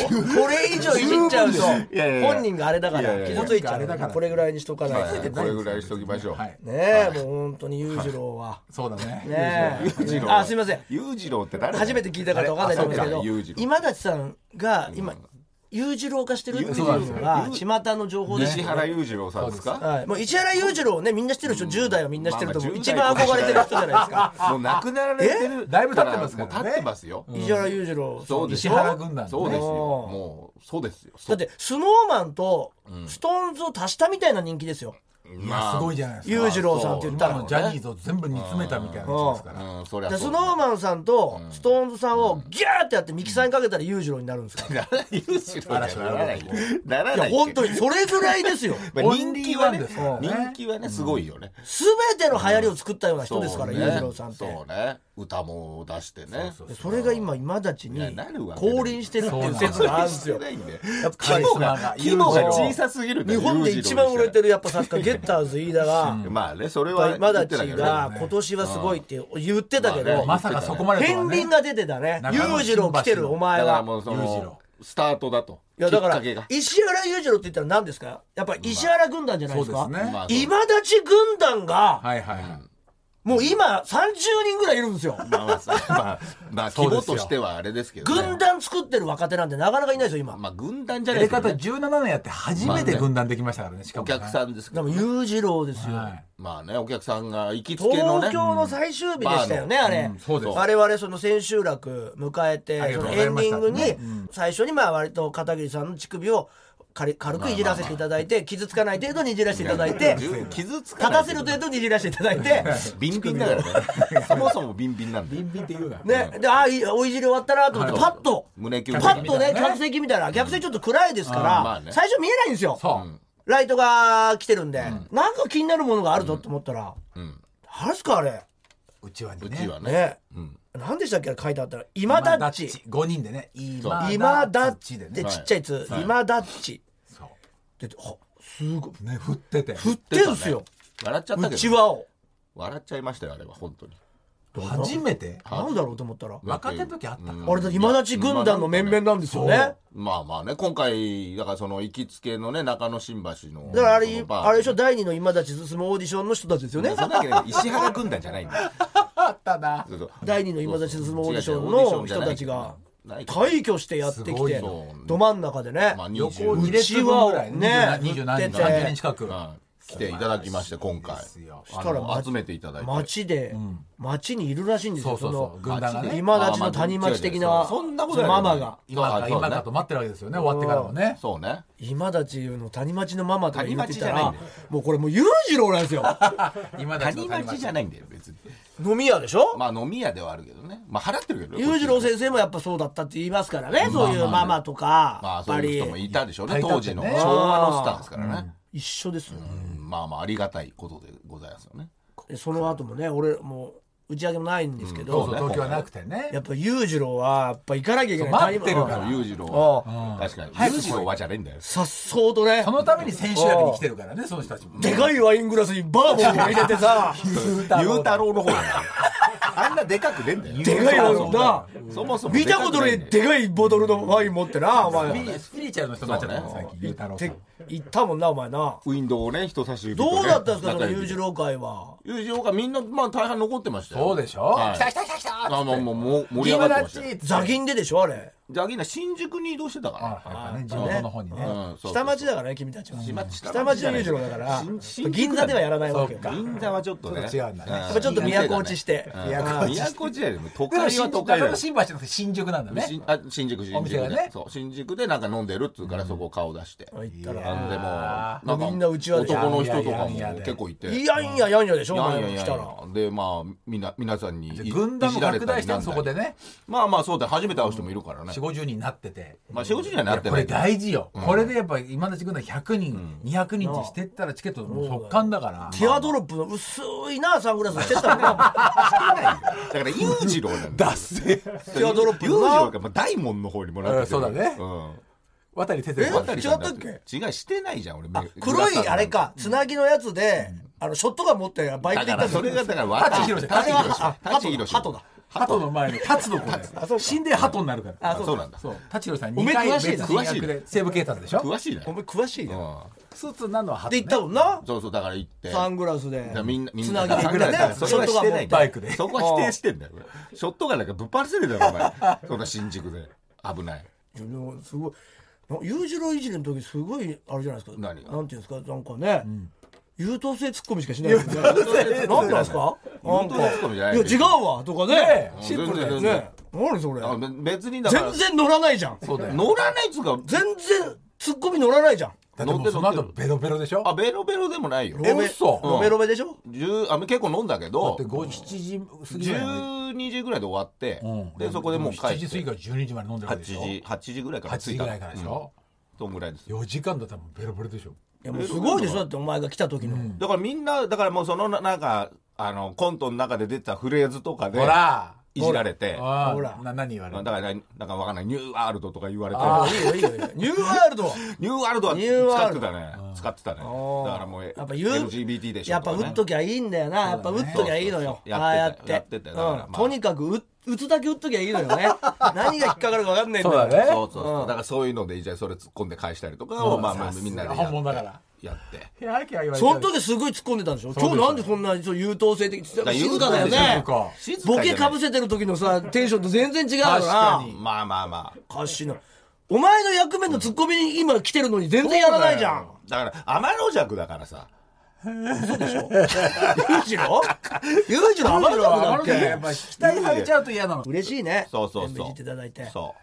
Speaker 1: れ以上いじっちゃうと
Speaker 2: いやいやいや
Speaker 1: 本人があれだか
Speaker 2: いやい
Speaker 1: ら
Speaker 2: やいや
Speaker 1: 傷ついち
Speaker 3: 本人
Speaker 1: ゃ
Speaker 3: が
Speaker 1: う
Speaker 3: あれだから
Speaker 1: これぐらいにしとかないと
Speaker 2: はいこれぐらいしておきましょう
Speaker 3: はい
Speaker 1: ねえ、もう本当に裕次郎は。
Speaker 3: そうだね
Speaker 1: ね
Speaker 2: 裕次
Speaker 1: え。
Speaker 2: 郎
Speaker 1: あ、すいません。
Speaker 2: 裕次郎って誰
Speaker 1: 初めて聞いた方わかんないと思うんですけ
Speaker 2: あそうか裕次
Speaker 1: ど、
Speaker 2: 郎
Speaker 1: 今立さんが今、裕次郎化してるっていうのが、巷の情報です
Speaker 2: 西
Speaker 1: よね。
Speaker 2: 原裕次郎さんですか
Speaker 1: はい、もう石原裕次郎ね、みんな知ってるでしょ、10代はみんな知ってると思う、
Speaker 2: まあまあ
Speaker 1: 一番憧れてる人じゃないですか。
Speaker 2: もう亡くなられてる
Speaker 3: だいぶ経ってますからね
Speaker 2: もう経ってますよ
Speaker 1: 石原裕次郎さん
Speaker 2: そうですよ
Speaker 3: 石原軍団ね
Speaker 2: そうですよ
Speaker 1: うん
Speaker 2: もうそうですよ
Speaker 1: だって、スノーマンとストーンズを足したみたいな人気ですよ。
Speaker 2: まあ
Speaker 3: すごいじゃないですか
Speaker 1: 裕次郎さんって言った
Speaker 3: 今
Speaker 1: ら。
Speaker 3: のジャニーズを全部煮詰めたみたいなやつですから
Speaker 2: うんそりゃ
Speaker 1: でス
Speaker 2: そう
Speaker 1: ノーマンさんとストーンズさんをギャーってやってミキサーにかけたら裕次郎になるんですか、
Speaker 2: ならない裕次郎じゃならないなら
Speaker 1: い
Speaker 2: な
Speaker 1: や
Speaker 2: い
Speaker 1: 本当にそれぐらい ですよ
Speaker 2: まあ人気は
Speaker 3: オンリーワンで
Speaker 2: ね
Speaker 3: すからね
Speaker 2: 人気はねすごいよね
Speaker 1: 全ての流行りを作ったような人ですから、
Speaker 2: そうね
Speaker 1: 裕次郎さんって
Speaker 2: そうね歌も出してね
Speaker 3: そう
Speaker 1: でそれが今今立ち
Speaker 2: いや
Speaker 1: に
Speaker 2: なるわけない
Speaker 1: 降臨してるっていう説があるんですよ
Speaker 2: ないんで
Speaker 1: やっぱ
Speaker 2: 規
Speaker 1: り
Speaker 2: 模
Speaker 3: カリスマ
Speaker 2: が
Speaker 3: が
Speaker 2: 規模が
Speaker 1: 裕次郎
Speaker 2: 小さすぎるんだ
Speaker 1: 日
Speaker 2: よ
Speaker 1: 本で一番売れて
Speaker 2: る
Speaker 1: るやっぱ作家ゲッターズ飯田が
Speaker 2: まあねそれは
Speaker 1: 今
Speaker 2: 言っ
Speaker 1: 立
Speaker 2: てたけ
Speaker 1: ち
Speaker 2: ど
Speaker 1: が
Speaker 2: ね
Speaker 1: 今年はすごいって言ってたけ
Speaker 2: まあ
Speaker 1: ど
Speaker 2: ね
Speaker 3: まさかそこまでと
Speaker 1: 片
Speaker 3: はね
Speaker 1: 鱗が出てたね
Speaker 3: 中野
Speaker 1: 裕次郎来てるお前
Speaker 2: だから
Speaker 1: は
Speaker 2: もうそ
Speaker 3: 裕次郎
Speaker 2: のスタートだと
Speaker 1: いやだか
Speaker 2: きっ
Speaker 1: ら
Speaker 2: かけが
Speaker 1: 石原裕次郎って言ったら何ですかやっぱり石原軍団じゃない
Speaker 3: そ
Speaker 1: で
Speaker 3: う
Speaker 1: す
Speaker 3: で
Speaker 1: か、
Speaker 3: すね
Speaker 2: まあそう
Speaker 1: 今立ち軍団が
Speaker 3: はいはいはい
Speaker 1: もう今30人ぐらいいるんですよ
Speaker 2: まあまあそうまあ、まあ、規模としてはあれですけど、ね、
Speaker 1: 軍団作ってる若手なんてなかなかいないですよ今
Speaker 2: まあ軍団じゃ
Speaker 3: エ
Speaker 2: ないで
Speaker 3: レ
Speaker 2: すけ
Speaker 3: カ
Speaker 2: ど、
Speaker 3: タ
Speaker 2: ね、
Speaker 3: 17年やって初めて軍団できましたからね、しか
Speaker 2: お
Speaker 3: もね、
Speaker 2: 客さんですけ
Speaker 1: で
Speaker 2: ど
Speaker 1: も裕次郎ですよ、
Speaker 3: はい
Speaker 2: まあねお客さんが行きつけのね
Speaker 1: 東京の最終日でしたよね、
Speaker 2: うん
Speaker 1: あれ、
Speaker 3: うんそうです
Speaker 1: 我々その千秋楽迎えて
Speaker 3: ありが
Speaker 1: そ
Speaker 3: とう
Speaker 1: のエ
Speaker 3: ござい
Speaker 1: ン
Speaker 3: ま
Speaker 1: デ
Speaker 3: した
Speaker 1: ィングに
Speaker 3: う
Speaker 1: 最初にまあ割と片桐さんの乳首を軽軽くいじらせていただいて傷つかない程度にいじらせていただいて立
Speaker 2: 傷つかない
Speaker 1: たせる程度にいじらせていただいて
Speaker 2: ビンビンだから ねそもそもビンビンなんで
Speaker 3: ビンビンって言うな。
Speaker 1: ねでああいいおいじり終わったなと思ってパッと
Speaker 2: 胸キュン
Speaker 1: パッとね
Speaker 3: ね
Speaker 1: 客席見たら客席ちょっと暗いですか
Speaker 2: うんまあ
Speaker 1: ら
Speaker 2: ね
Speaker 1: 最初見えないんですよ
Speaker 3: そう。
Speaker 1: ライトが来てるんでなんか気になるものがあるぞと思ったら
Speaker 2: うん
Speaker 1: あれっすかあれ
Speaker 3: うちわにね。
Speaker 2: うちはね
Speaker 1: ね
Speaker 2: うん
Speaker 1: 何でしたっけ書いてあったら「今
Speaker 3: 今
Speaker 1: だ
Speaker 3: だ
Speaker 1: っ
Speaker 3: っ
Speaker 1: ち」
Speaker 3: ち。5人でね。今
Speaker 1: 今だっち
Speaker 3: ち
Speaker 1: でね
Speaker 3: でね。
Speaker 1: ちっちゃいやつ「今だっち
Speaker 3: そ」。
Speaker 1: でほすごいう
Speaker 3: ね、振ってて。
Speaker 1: 振ってんすよ
Speaker 2: 笑っちゃったけど
Speaker 1: う
Speaker 2: ね
Speaker 1: ちわを
Speaker 2: 笑っちゃいましたよあれは本当に
Speaker 3: 初めて
Speaker 1: なんだろうと思ったら
Speaker 3: 若手の時あったか
Speaker 2: うん
Speaker 3: ら。
Speaker 1: 俺だって今だち軍団の面々なんですよね
Speaker 2: まあまあね今回だからその行きつけのね中野新橋の
Speaker 1: だからあれ
Speaker 2: そのバー
Speaker 1: あれでしょ第二の今だち進むオーディションの人たちですよね
Speaker 2: そんだけね石原軍団じゃないんだよ
Speaker 3: あったな。
Speaker 2: そうそう
Speaker 1: 第二の今立ち進むオーディション
Speaker 2: 違う違うオ
Speaker 1: の
Speaker 2: ーディションじゃ
Speaker 1: 人
Speaker 2: ない
Speaker 1: たちが
Speaker 2: ないけど
Speaker 1: 退去してやって
Speaker 3: す
Speaker 1: き
Speaker 3: ごい
Speaker 1: て
Speaker 2: よ
Speaker 1: ど真ん中でね
Speaker 2: まあ
Speaker 3: 旅行
Speaker 2: 20
Speaker 3: 2列分ぐらいね。
Speaker 1: うちわをね振っ
Speaker 3: 二十何人、
Speaker 1: てて
Speaker 3: 30人近く。
Speaker 2: はい来ていただきまして今回
Speaker 3: ですよ
Speaker 1: そしたら
Speaker 2: あの集めていただいて
Speaker 1: 街で街にいるらしいんです
Speaker 3: そ
Speaker 1: よ
Speaker 3: うそうそ。
Speaker 1: そうの
Speaker 3: 軍団が
Speaker 2: マジで
Speaker 3: ね。
Speaker 1: 今立ちの谷町的
Speaker 2: あま
Speaker 1: な
Speaker 2: あそんなことない
Speaker 1: ママが
Speaker 3: 今
Speaker 2: あ
Speaker 3: か
Speaker 2: そうね
Speaker 3: 今かと待ってるわけですよね。終わってからもね。
Speaker 2: そうね
Speaker 1: 今立ちの谷町のママとか言ってた
Speaker 2: 谷
Speaker 1: ら
Speaker 2: 町じゃないんだ
Speaker 1: もうこれもう裕次郎なんです よ
Speaker 3: 今だちの
Speaker 2: 谷町じゃ
Speaker 3: ない。
Speaker 2: ないんだよ別に
Speaker 1: 飲み屋でしょ
Speaker 2: まあ飲み屋ではあるけどねまあ払ってるけどね
Speaker 1: 裕次郎先生もやっぱそうだったって言いますからね、そういうママと
Speaker 2: ま
Speaker 1: か
Speaker 2: あ、
Speaker 1: や
Speaker 2: そ
Speaker 1: っぱ
Speaker 2: ういう人も
Speaker 1: り
Speaker 2: いたでしょう
Speaker 3: や
Speaker 2: ね
Speaker 3: っぱり
Speaker 2: 当時の
Speaker 3: い
Speaker 2: 昭
Speaker 3: たってね
Speaker 2: 和のスターですからね
Speaker 1: 一緒ですよ、
Speaker 2: うんまあまあありがたいことでございますよね
Speaker 1: でその後もね俺もう打ち上げもないんですけ
Speaker 3: そう
Speaker 1: ど、
Speaker 3: そう、東京はなくてね
Speaker 1: や。っぱ裕次郎はやっぱ行かなきゃいけない
Speaker 3: そう待ってるから
Speaker 1: 谷
Speaker 2: 裕次郎
Speaker 3: う
Speaker 2: は
Speaker 3: ん
Speaker 2: 確か
Speaker 3: 早
Speaker 2: に
Speaker 3: く来い
Speaker 2: 裕次郎はじゃねえんだよ
Speaker 1: さっそうとね
Speaker 3: そのために千秋楽に来てるからね、その人たちも。
Speaker 1: でかいワイングラスにバーボンを入れてさ
Speaker 3: ゆうた
Speaker 2: 裕
Speaker 3: ろうだ
Speaker 2: 太郎の方なんだよあんなでかくねえんだよ
Speaker 1: でかい
Speaker 2: そ
Speaker 1: ワイ
Speaker 2: もそ
Speaker 1: ン
Speaker 2: も
Speaker 1: な
Speaker 2: そもそも
Speaker 1: 見たことないでかいボトルのワイン持ってなお
Speaker 3: スピ
Speaker 1: 前
Speaker 3: リスピリチュアルの人になっちゃったね、
Speaker 2: そうね
Speaker 3: 最近、ゆうたろうさ
Speaker 1: て
Speaker 3: ん。
Speaker 1: 行ったもんなお前な
Speaker 2: ウィンドウをね人差し指とね
Speaker 1: どうだったんですかその
Speaker 2: 中指
Speaker 1: 裕次郎会は
Speaker 2: 友情がみんな、まあ、大半残ってましたよ。
Speaker 3: そうでしょ、
Speaker 2: はい
Speaker 3: 来た来た来た来た
Speaker 2: あもうもうもう盛り上
Speaker 3: 銀メ
Speaker 2: がっ
Speaker 3: ダ
Speaker 2: て
Speaker 3: ル
Speaker 2: まし
Speaker 3: チ
Speaker 2: たよ。
Speaker 1: ザギンででしょあれ
Speaker 2: じゃあみんな新宿に移動してたか
Speaker 3: あね、地元の方にね。
Speaker 2: ら。うんそう
Speaker 1: 下町だからね君たちは下
Speaker 2: 下
Speaker 1: 町
Speaker 2: 町
Speaker 1: の裕次郎だから銀座ではやらないわけよ
Speaker 3: そう
Speaker 1: や
Speaker 3: か
Speaker 2: 銀座はちょっとね。
Speaker 3: ちょっと違うんだね
Speaker 2: や
Speaker 1: っぱちょっと都落ちして
Speaker 3: 宮古
Speaker 2: 都落
Speaker 3: 落ちして
Speaker 2: ちでも都
Speaker 3: でも
Speaker 2: 会は
Speaker 3: 新
Speaker 2: 都
Speaker 3: 宿、
Speaker 2: 会だ
Speaker 3: 中
Speaker 2: よ
Speaker 3: 野。新橋じゃなくて新宿なんだね。
Speaker 2: 新あ新宿新
Speaker 3: お
Speaker 2: 宿
Speaker 3: 店は
Speaker 2: で
Speaker 3: ね
Speaker 2: そう新宿でなんか飲んでるっつうからそこ顔出して。
Speaker 1: 行った
Speaker 2: な
Speaker 1: ら
Speaker 2: んでも
Speaker 3: あ
Speaker 2: なんか
Speaker 1: みんなうちわで
Speaker 2: 男の人とかも
Speaker 3: いやいやいやいや
Speaker 2: 結構いて。
Speaker 1: いやいややんやでしょお
Speaker 2: いや
Speaker 1: 前
Speaker 2: いや
Speaker 1: も
Speaker 2: いや
Speaker 1: 来
Speaker 2: い
Speaker 1: た
Speaker 2: や
Speaker 1: ら
Speaker 2: でまあみんな皆さんにい
Speaker 3: で軍団も拡大して
Speaker 2: い
Speaker 3: る
Speaker 2: じ
Speaker 3: そ
Speaker 2: られたりなんだり
Speaker 3: こでね、
Speaker 2: まあまあそうだよ初めて会う人もいるからね
Speaker 3: 4、50人になってて。
Speaker 2: まあ仕事にはいな
Speaker 3: や
Speaker 2: って
Speaker 3: こ
Speaker 2: な
Speaker 3: れ
Speaker 2: いけど
Speaker 3: 大事よ、これでやっぱ今の時軍団100人、200人ってしてったらチケットもう速乾だから、
Speaker 1: ティアドロップの薄いなサングラスしてたもんな
Speaker 2: だから裕次郎 なんだよ
Speaker 1: ティアドロップ
Speaker 2: 裕
Speaker 1: の
Speaker 2: 次郎
Speaker 1: な
Speaker 2: がまあ大門の方にもらって
Speaker 3: うんそうだね
Speaker 2: ん
Speaker 3: 渡り哲也
Speaker 1: え
Speaker 3: さん
Speaker 1: 違ったっけ
Speaker 2: 違いしてないじゃん俺
Speaker 1: あ黒いあれかつなぎのやつであのショットガン持ってバイク
Speaker 2: だ
Speaker 1: で行った
Speaker 2: から
Speaker 1: んです
Speaker 2: そ
Speaker 1: よ
Speaker 2: れがだから
Speaker 3: 舘ひろし
Speaker 2: 舘ひろし
Speaker 1: あ
Speaker 2: 舘ひろし
Speaker 1: 鳩だ
Speaker 3: 鳩の前に立つのこれ死んで鳩になるから
Speaker 2: あそうなんだ
Speaker 3: そう舘ひろしさん
Speaker 1: おめ
Speaker 3: 2
Speaker 1: え
Speaker 3: 回
Speaker 1: 詳
Speaker 3: 別
Speaker 1: しいな
Speaker 3: 人役で西部警察でしょ
Speaker 2: 詳しいね
Speaker 1: お前詳しいね
Speaker 2: う
Speaker 3: スーツになるのは鳩、
Speaker 1: で
Speaker 3: ね、
Speaker 1: 行ったもんなん
Speaker 2: そうそうだから行って
Speaker 1: サングラスで
Speaker 2: だからみんなみ
Speaker 1: つ
Speaker 2: ん
Speaker 1: な
Speaker 2: な
Speaker 1: ぎで行
Speaker 2: サン
Speaker 1: く
Speaker 2: グ
Speaker 1: ね
Speaker 2: ラス
Speaker 1: シ
Speaker 2: そ
Speaker 1: ョ
Speaker 2: れ
Speaker 1: ッ
Speaker 2: は
Speaker 1: ト
Speaker 2: し
Speaker 1: ガン持っ
Speaker 2: て
Speaker 1: て
Speaker 2: ないんだ
Speaker 3: バ
Speaker 2: よ
Speaker 3: イクで
Speaker 2: そこは否定してんだよ俺ショットガンなんかぶっ放せねえだろお前そんな新宿で危ない
Speaker 1: いやでもすごいな裕次郎いじりの時すごいあれじゃないですか
Speaker 2: 何が
Speaker 1: なんていうんですかなんかね、優等生ツッコミしかしないですねなんなんですかなんか
Speaker 2: 優等生ツッコミじゃない
Speaker 1: いや違うわとかね
Speaker 3: ね
Speaker 1: シンプルだよ
Speaker 2: 全然
Speaker 1: ね何それ
Speaker 2: あべ別にだから
Speaker 1: 全然乗らないじゃん
Speaker 3: そうだよ
Speaker 2: 乗らないっつうか
Speaker 1: 全然ツッコミ乗らないじゃん
Speaker 3: だってもうその後ベロベロでしょ
Speaker 2: あベロベロでもないよ
Speaker 1: ロベ
Speaker 3: 嘘
Speaker 1: ロベロベでしょ
Speaker 2: 十あ結構飲んだけ
Speaker 3: だっ
Speaker 2: ど
Speaker 3: て5 7時過ぎぐらいま
Speaker 2: 12時ぐらいで終わって、
Speaker 3: で、う
Speaker 2: で
Speaker 3: ん
Speaker 2: そこでもう帰って
Speaker 3: 7時過ぎから12時まで飲んでるわ
Speaker 2: 8
Speaker 3: けでしょ
Speaker 2: 時8時ぐらいから
Speaker 3: 8
Speaker 2: 着い
Speaker 3: 時
Speaker 2: た
Speaker 3: ぐらいからでしょ、
Speaker 2: そんぐらいです
Speaker 3: 4時間だったらもうベロベロでしょ
Speaker 1: いやもうすごいでしょだってお前が来た時の、
Speaker 2: だからみんなだからもうそのななんかあのコントの中で出てたフレーズとかで
Speaker 3: ほら
Speaker 2: いじられて
Speaker 3: ああ
Speaker 1: ほら
Speaker 3: な何言われ
Speaker 2: だ
Speaker 3: る
Speaker 2: からなんかわかんないニューワールドとか言われて
Speaker 1: ああいいよいいよいいよ ニューワールドは
Speaker 2: ニューワールドは
Speaker 1: ニューワ
Speaker 2: 使
Speaker 1: ー
Speaker 2: っ
Speaker 1: ル
Speaker 2: て
Speaker 1: ド
Speaker 2: たね使ってたねだ
Speaker 1: ー
Speaker 2: からもうえ
Speaker 1: やっぱ言う
Speaker 2: LGBT でしょ
Speaker 1: やっぱ
Speaker 2: と
Speaker 1: 打
Speaker 2: かね
Speaker 1: っときゃいいんだよなやっぱ打っときゃいいのよ
Speaker 2: そうそうそう
Speaker 1: ああやって
Speaker 2: やってたよやってたよだから
Speaker 1: うん
Speaker 2: まあ
Speaker 1: とにかく打っ打つだけ打っときゃいいのよね 何が引っかかるか分かん ないんだ
Speaker 4: そう
Speaker 1: よ
Speaker 4: だね。
Speaker 2: そうそうそう。だからそういうので、じゃあそれ突っ込んで返したりとかを、まあまあみんなでやって。
Speaker 3: 本物だから
Speaker 2: やって。
Speaker 3: いや、あきは言われ
Speaker 1: その時すごい突っ込んでたんでしょ今日なんでそんなにそう優等生的静
Speaker 2: ら
Speaker 1: かだよね
Speaker 3: 静か
Speaker 1: ボケかぶせてる時のさテンションと全然違うよ
Speaker 3: 確
Speaker 1: な
Speaker 3: かに
Speaker 2: まあまあまあ。
Speaker 1: おかしいなお前の役目のツッコミに今来てるのに全然やらないじゃん
Speaker 2: だから、天の弱だからさ。
Speaker 1: 裕次 郎裕次郎暴れたんだっ
Speaker 3: や
Speaker 1: け
Speaker 3: っぱ期待されちゃうと嫌なの。
Speaker 1: 嬉しいね
Speaker 2: そうそうそう
Speaker 1: 全部いじっていただいて
Speaker 2: そう。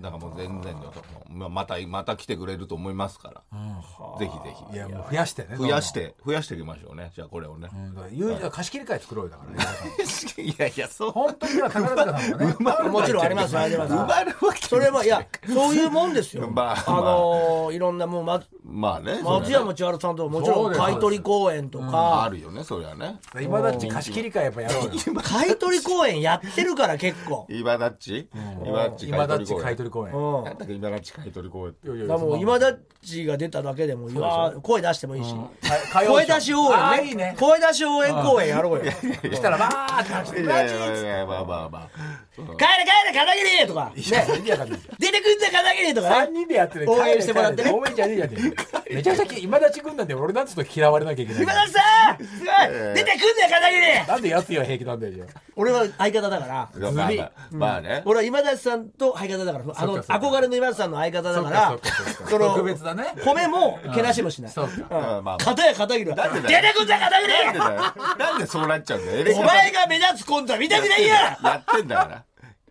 Speaker 2: だからもう全然よ。まあまた、また来てくれると思いますから。ぜひぜ
Speaker 3: い
Speaker 2: ひ。
Speaker 3: や、もう増やしてね。
Speaker 2: 増やし。て、増やしていきましょうね。じゃあこれをね。
Speaker 3: 貸し切り会作ろうよだからね。
Speaker 2: いやいや、そう。
Speaker 3: 本当には宝塚さんもね。
Speaker 1: もちろんありますあります
Speaker 2: 埋まるわけ
Speaker 1: それはいやそういうもんですよ、
Speaker 2: まあ
Speaker 1: あのーいろんなもうま
Speaker 2: まあね。
Speaker 1: 松山千春さんとかもち
Speaker 3: そ
Speaker 1: ろ
Speaker 3: うんですそうで
Speaker 1: 買
Speaker 3: す
Speaker 1: 取公演と
Speaker 2: あ
Speaker 1: か、
Speaker 2: るよね、そりゃね。
Speaker 3: 今だっち貸し切り会やっぱやろうよ。
Speaker 1: 買取公演やってるから結構
Speaker 2: 今だっち今だっち
Speaker 3: 今だっち買
Speaker 2: 買
Speaker 3: い
Speaker 2: い取
Speaker 3: 取り
Speaker 1: う
Speaker 2: り
Speaker 3: 公演。
Speaker 1: ん
Speaker 2: 公園。なんだっけ今だっち買い取り公園って。
Speaker 3: いやいや
Speaker 1: だからもう今だっちが出ただけでもいや声出してもいいし、
Speaker 3: か
Speaker 1: 声出し応
Speaker 3: あ
Speaker 1: 援
Speaker 3: ー
Speaker 1: ね
Speaker 3: いいね。
Speaker 1: 声出し応援公演やろうよ帰れ
Speaker 3: したらバーって走って
Speaker 2: いやいやいやいや、まあまあまあ。
Speaker 1: 帰れ片桐とか
Speaker 3: ね、意味わかんない。
Speaker 1: 出てくんだ片桐とか
Speaker 3: 3
Speaker 1: ね
Speaker 3: 人でやってね
Speaker 1: 応援してもらってね
Speaker 3: 応援じゃねえじゃねえめちゃくちゃ今立ち軍なんで俺なんつうと嫌われなきゃいけない
Speaker 1: 今田さんすごい出てくんだよ片桐
Speaker 3: なんでやつは平気なんだよじゃ
Speaker 1: 俺は相方だから
Speaker 2: まあまあまあね。
Speaker 1: 俺は今田さんと相方だからあ
Speaker 3: そ
Speaker 1: の
Speaker 3: っかそっか
Speaker 1: 憧れの今田さんの相方だから
Speaker 3: そっかそっかそっか
Speaker 1: その
Speaker 3: 特別だね
Speaker 1: 褒めもけなしもし
Speaker 3: あ
Speaker 1: ない
Speaker 3: そう
Speaker 2: うん
Speaker 3: か
Speaker 2: まあまあ
Speaker 1: 片や片桐は
Speaker 2: ん
Speaker 1: 出
Speaker 2: でだよ
Speaker 1: てくんだ片
Speaker 2: なん
Speaker 1: 桐
Speaker 2: でだよなんでそうなっちゃうんだよ。エレ
Speaker 1: お
Speaker 2: ガ
Speaker 1: 前が目立つコントは見たくないや
Speaker 2: やってんだから。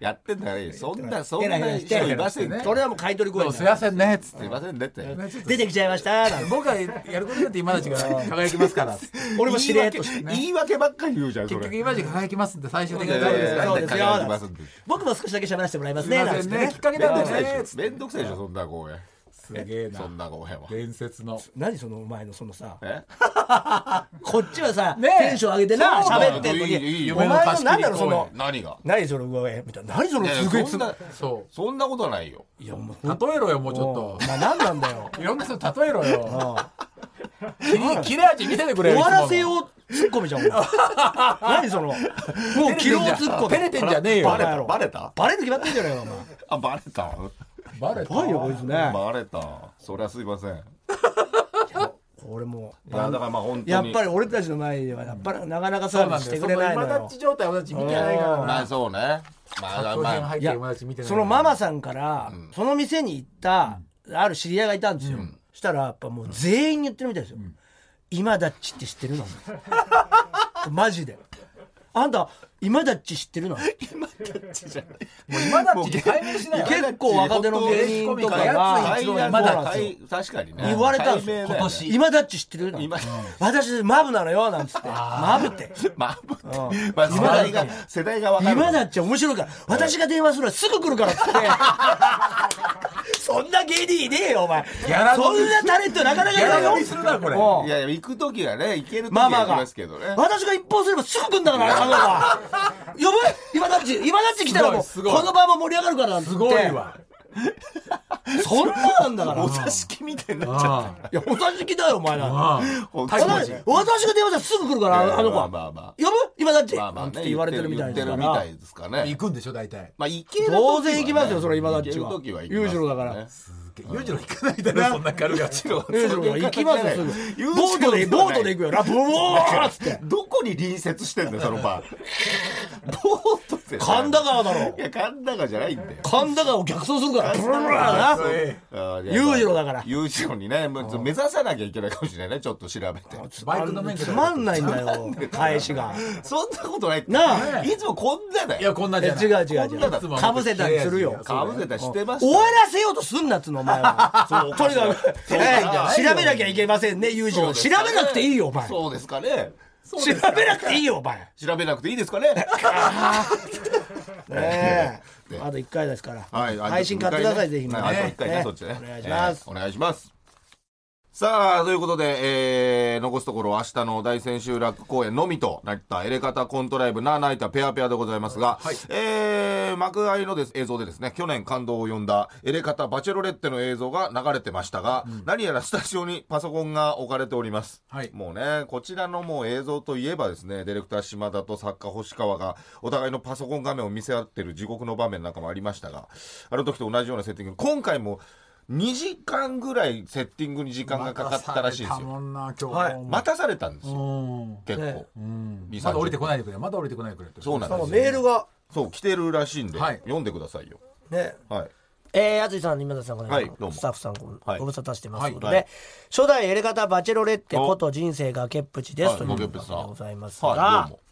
Speaker 2: やってんだから。そんな、そんな人いませんね。
Speaker 1: それはもう買い取り公
Speaker 3: そ
Speaker 1: 演
Speaker 3: う
Speaker 1: だ
Speaker 3: すいませんねっつっ
Speaker 2: すい
Speaker 3: て
Speaker 2: ませんねって。
Speaker 1: 出てきちゃいましたなんて
Speaker 3: 僕がやることによって今立ちが輝きますから
Speaker 1: 俺もしれっとして
Speaker 2: 言い訳言い訳ばっかり言うじゃん、そ
Speaker 3: 結
Speaker 2: れ。
Speaker 3: 局今立ち輝きますんで最終的に
Speaker 2: いやいやいや
Speaker 1: そうですよ
Speaker 2: なんで輝きますんで
Speaker 1: 僕も少しだけ喋らせてもらいます
Speaker 3: すい
Speaker 1: ね
Speaker 3: ま
Speaker 1: なん
Speaker 3: せ
Speaker 1: つっ
Speaker 3: ん
Speaker 1: て
Speaker 3: ね
Speaker 1: ね
Speaker 3: きっかけ
Speaker 2: めん
Speaker 3: な
Speaker 2: ど
Speaker 3: んだ
Speaker 2: くさい
Speaker 3: ね
Speaker 2: でしょ。めんどくさいでしょ、そんな公演。
Speaker 3: すげえ
Speaker 2: そん
Speaker 3: な
Speaker 2: な公演は。
Speaker 3: 伝説の
Speaker 1: 何そのお前のそのさ
Speaker 2: え
Speaker 1: こっちはさ
Speaker 3: ねえ
Speaker 1: テンション上げてな
Speaker 3: そうだよ
Speaker 1: 喋ってんの
Speaker 2: いいいいいい
Speaker 1: にお前の何だろうそ
Speaker 3: 夢の
Speaker 1: の
Speaker 3: 貸し切り公演
Speaker 2: 何が
Speaker 1: 何その上へみたいな何その
Speaker 2: いやいや
Speaker 1: すごいつ
Speaker 2: そんな
Speaker 3: そ
Speaker 2: そんなことないよ。
Speaker 1: いやお前
Speaker 3: う例えろよもうちょっ
Speaker 1: お
Speaker 3: と
Speaker 1: 前何なんだよ
Speaker 3: いろんな人例えろよ
Speaker 1: ああ
Speaker 3: 切り切れ味見せてくれよ
Speaker 1: 終わらせ
Speaker 3: いつもの
Speaker 1: よう突っ込みじゃんお前何そのもう
Speaker 3: 照
Speaker 1: キ
Speaker 3: れ
Speaker 1: ロ
Speaker 3: てんじゃん
Speaker 1: 突っ込
Speaker 3: 照れてんじゃねえ
Speaker 2: バ
Speaker 3: よ
Speaker 2: レ
Speaker 1: や
Speaker 2: た
Speaker 1: ろ
Speaker 2: バレた
Speaker 1: バレる決まってんじゃないかお前
Speaker 2: あ、バレた
Speaker 3: バレた
Speaker 1: 怖いよこいつね
Speaker 2: バレた。そりゃすいません。い
Speaker 1: 俺もう
Speaker 2: や、だからまあ本当に。
Speaker 1: やっぱり俺たちの前ではやっぱりなかなかサ
Speaker 3: そう
Speaker 1: ー
Speaker 3: なん
Speaker 1: ビスし
Speaker 3: だ
Speaker 1: て
Speaker 3: よ
Speaker 1: くれないの
Speaker 3: その今
Speaker 1: よ
Speaker 3: 立ち状態を私見てないから
Speaker 1: うん
Speaker 2: ま
Speaker 3: な
Speaker 2: あそうね。まあ
Speaker 3: 作品
Speaker 2: まあ
Speaker 3: 入
Speaker 1: い
Speaker 3: って
Speaker 1: や
Speaker 3: 今立ち見てない
Speaker 1: そのママさんから、その店に行った、ある知り合いがいたんですよ、したらやっぱもう全員に言ってるみたいですよ「今だっちって知ってるの? 」 マジで「あんた今だっち知ってるの?」
Speaker 3: もう今立ち解明しないよ
Speaker 1: 結構若手の芸人とかが
Speaker 3: やつ一郎
Speaker 2: ま
Speaker 3: 今
Speaker 2: だ
Speaker 3: だっ
Speaker 1: ち
Speaker 2: 確かにね
Speaker 1: 言われたんですよ
Speaker 2: 解明だ
Speaker 1: 今
Speaker 2: ね
Speaker 1: 年今だっち知ってるの
Speaker 2: 今
Speaker 1: 私マブなのよなんつってマブって
Speaker 2: まあまあ世代が世代が分かる
Speaker 1: 今だっち面白いから私が電話するのはすぐ来るからっつってそんな芸人いねえよお前
Speaker 3: やら
Speaker 1: そんなタレントなかなかい
Speaker 3: や
Speaker 1: な
Speaker 3: ら
Speaker 1: い
Speaker 3: よ
Speaker 1: よ
Speaker 3: りするなこれ
Speaker 1: うん
Speaker 2: いやいや行く時はね行ける時
Speaker 1: マ
Speaker 2: は
Speaker 1: マ
Speaker 2: 行き
Speaker 1: が
Speaker 2: ますけどね
Speaker 1: 私が一報すればすぐ来んだからあのは呼ぶ今だっち今だっち来たらもう
Speaker 3: す
Speaker 1: こ
Speaker 3: ごいすごい
Speaker 1: の場も盛り上がるからなんつって
Speaker 3: すごいわ
Speaker 1: そんななんだからい
Speaker 2: お座敷みたいになっちゃっ
Speaker 3: あ
Speaker 1: やお座敷だよお前ら
Speaker 3: あ
Speaker 2: た
Speaker 1: 私私が電話したらすぐ来るからあのあの子
Speaker 2: まあ
Speaker 1: は
Speaker 2: まあま
Speaker 1: 呼ぶ今だっち
Speaker 2: あまあま
Speaker 1: な
Speaker 2: あ
Speaker 1: んつっ
Speaker 2: ね
Speaker 1: て言われてるみたいですか
Speaker 2: 言ってるみた
Speaker 1: ら
Speaker 2: いですか
Speaker 3: 行
Speaker 2: ね
Speaker 3: くんでしょ大体
Speaker 2: まあ行ける時はね
Speaker 1: 当然行きますよそれ今だっちは
Speaker 2: 行ける時は行き
Speaker 1: 裕
Speaker 2: ます
Speaker 1: 次郎だから
Speaker 3: 裕次郎行かないだろそんな軽々
Speaker 1: 裕次郎が行きますよすぐボートでボートで行くよラブボーっつって
Speaker 2: どこに隣接してんだよその バーボートで
Speaker 1: 神田川だろ
Speaker 2: いや神田川じゃないんだよ
Speaker 1: 神田川を逆走するからブルブルブルな
Speaker 2: あー
Speaker 1: 裕次郎だから
Speaker 2: 裕次郎にねもう目指さなきゃいけないかもしれないねちょっと調べて
Speaker 3: バイクの免許
Speaker 1: つまんないんだよ返しが
Speaker 2: そんなことないって
Speaker 1: なあ
Speaker 2: いつもこんなだ
Speaker 3: いや
Speaker 2: よ
Speaker 3: こんなん
Speaker 1: え
Speaker 3: じゃない
Speaker 1: 違う違う
Speaker 2: こん
Speaker 1: 違
Speaker 2: な
Speaker 1: う
Speaker 2: だ
Speaker 3: も
Speaker 1: かぶせたりするよ
Speaker 2: かぶせたりしてました
Speaker 1: 終わらせようとすんなっつうのお前 はとにかくええ調べなきゃいけませんね裕次郎調べなくていいよお前調
Speaker 2: そうですかね
Speaker 1: べなくていいよお前
Speaker 2: 調べなくていいですかね
Speaker 1: ねえあと1回ですから
Speaker 2: はいあ
Speaker 1: 配信買ってくださいぜひ
Speaker 2: ね
Speaker 1: 皆
Speaker 2: は
Speaker 1: さん
Speaker 2: いあと一回ね
Speaker 1: ね
Speaker 2: そっちね
Speaker 1: お願いします
Speaker 2: えーお願いしますさあ、ということで、えー、残すところは明日の大千秋楽公演のみとなったエレカタコントライブなナイタペアペアでございますが、えー、幕開のです映像でですね、去年感動を呼んだエレカタバチェロレッテの映像が流れてましたが、何やらスタジオにパソコンが置かれております。
Speaker 3: はい
Speaker 2: もうね、こちらのもう映像といえばですね、ディレクター島田と作家星川がお互いのパソコン画面を見せ合ってる地獄の場面なんかもありましたが、あの時と同じようなセッティング、今回も2時間ぐらいセッティングに時間がかかったらしいんです
Speaker 3: 待たされ
Speaker 2: よ。
Speaker 3: たもんな今日
Speaker 1: はい
Speaker 2: 待たされたんですよ、
Speaker 3: うん
Speaker 2: 結構
Speaker 1: ね。
Speaker 3: うん
Speaker 2: 2 30
Speaker 3: まだ降りてこないでくれまだ降りてこないでくれって
Speaker 2: そうなん
Speaker 1: なん
Speaker 2: で
Speaker 1: か
Speaker 2: す
Speaker 1: メー
Speaker 2: よ。
Speaker 1: ルが
Speaker 2: そう、来てるらしいんで、
Speaker 3: はい
Speaker 2: 読んでくださいよ。
Speaker 1: ね
Speaker 2: はい。
Speaker 1: えー、あついさん、今田さん、こんにちは
Speaker 2: はいどうも
Speaker 1: スタッフさんご、
Speaker 2: はい
Speaker 1: ご無沙汰してますということで、
Speaker 2: はいはい
Speaker 1: 初代エレガタバチェロレッテこと人生がけっぷちです、
Speaker 2: はい
Speaker 1: ということで
Speaker 2: 崖っぷちさん
Speaker 1: ございますが、
Speaker 2: はい、どうも。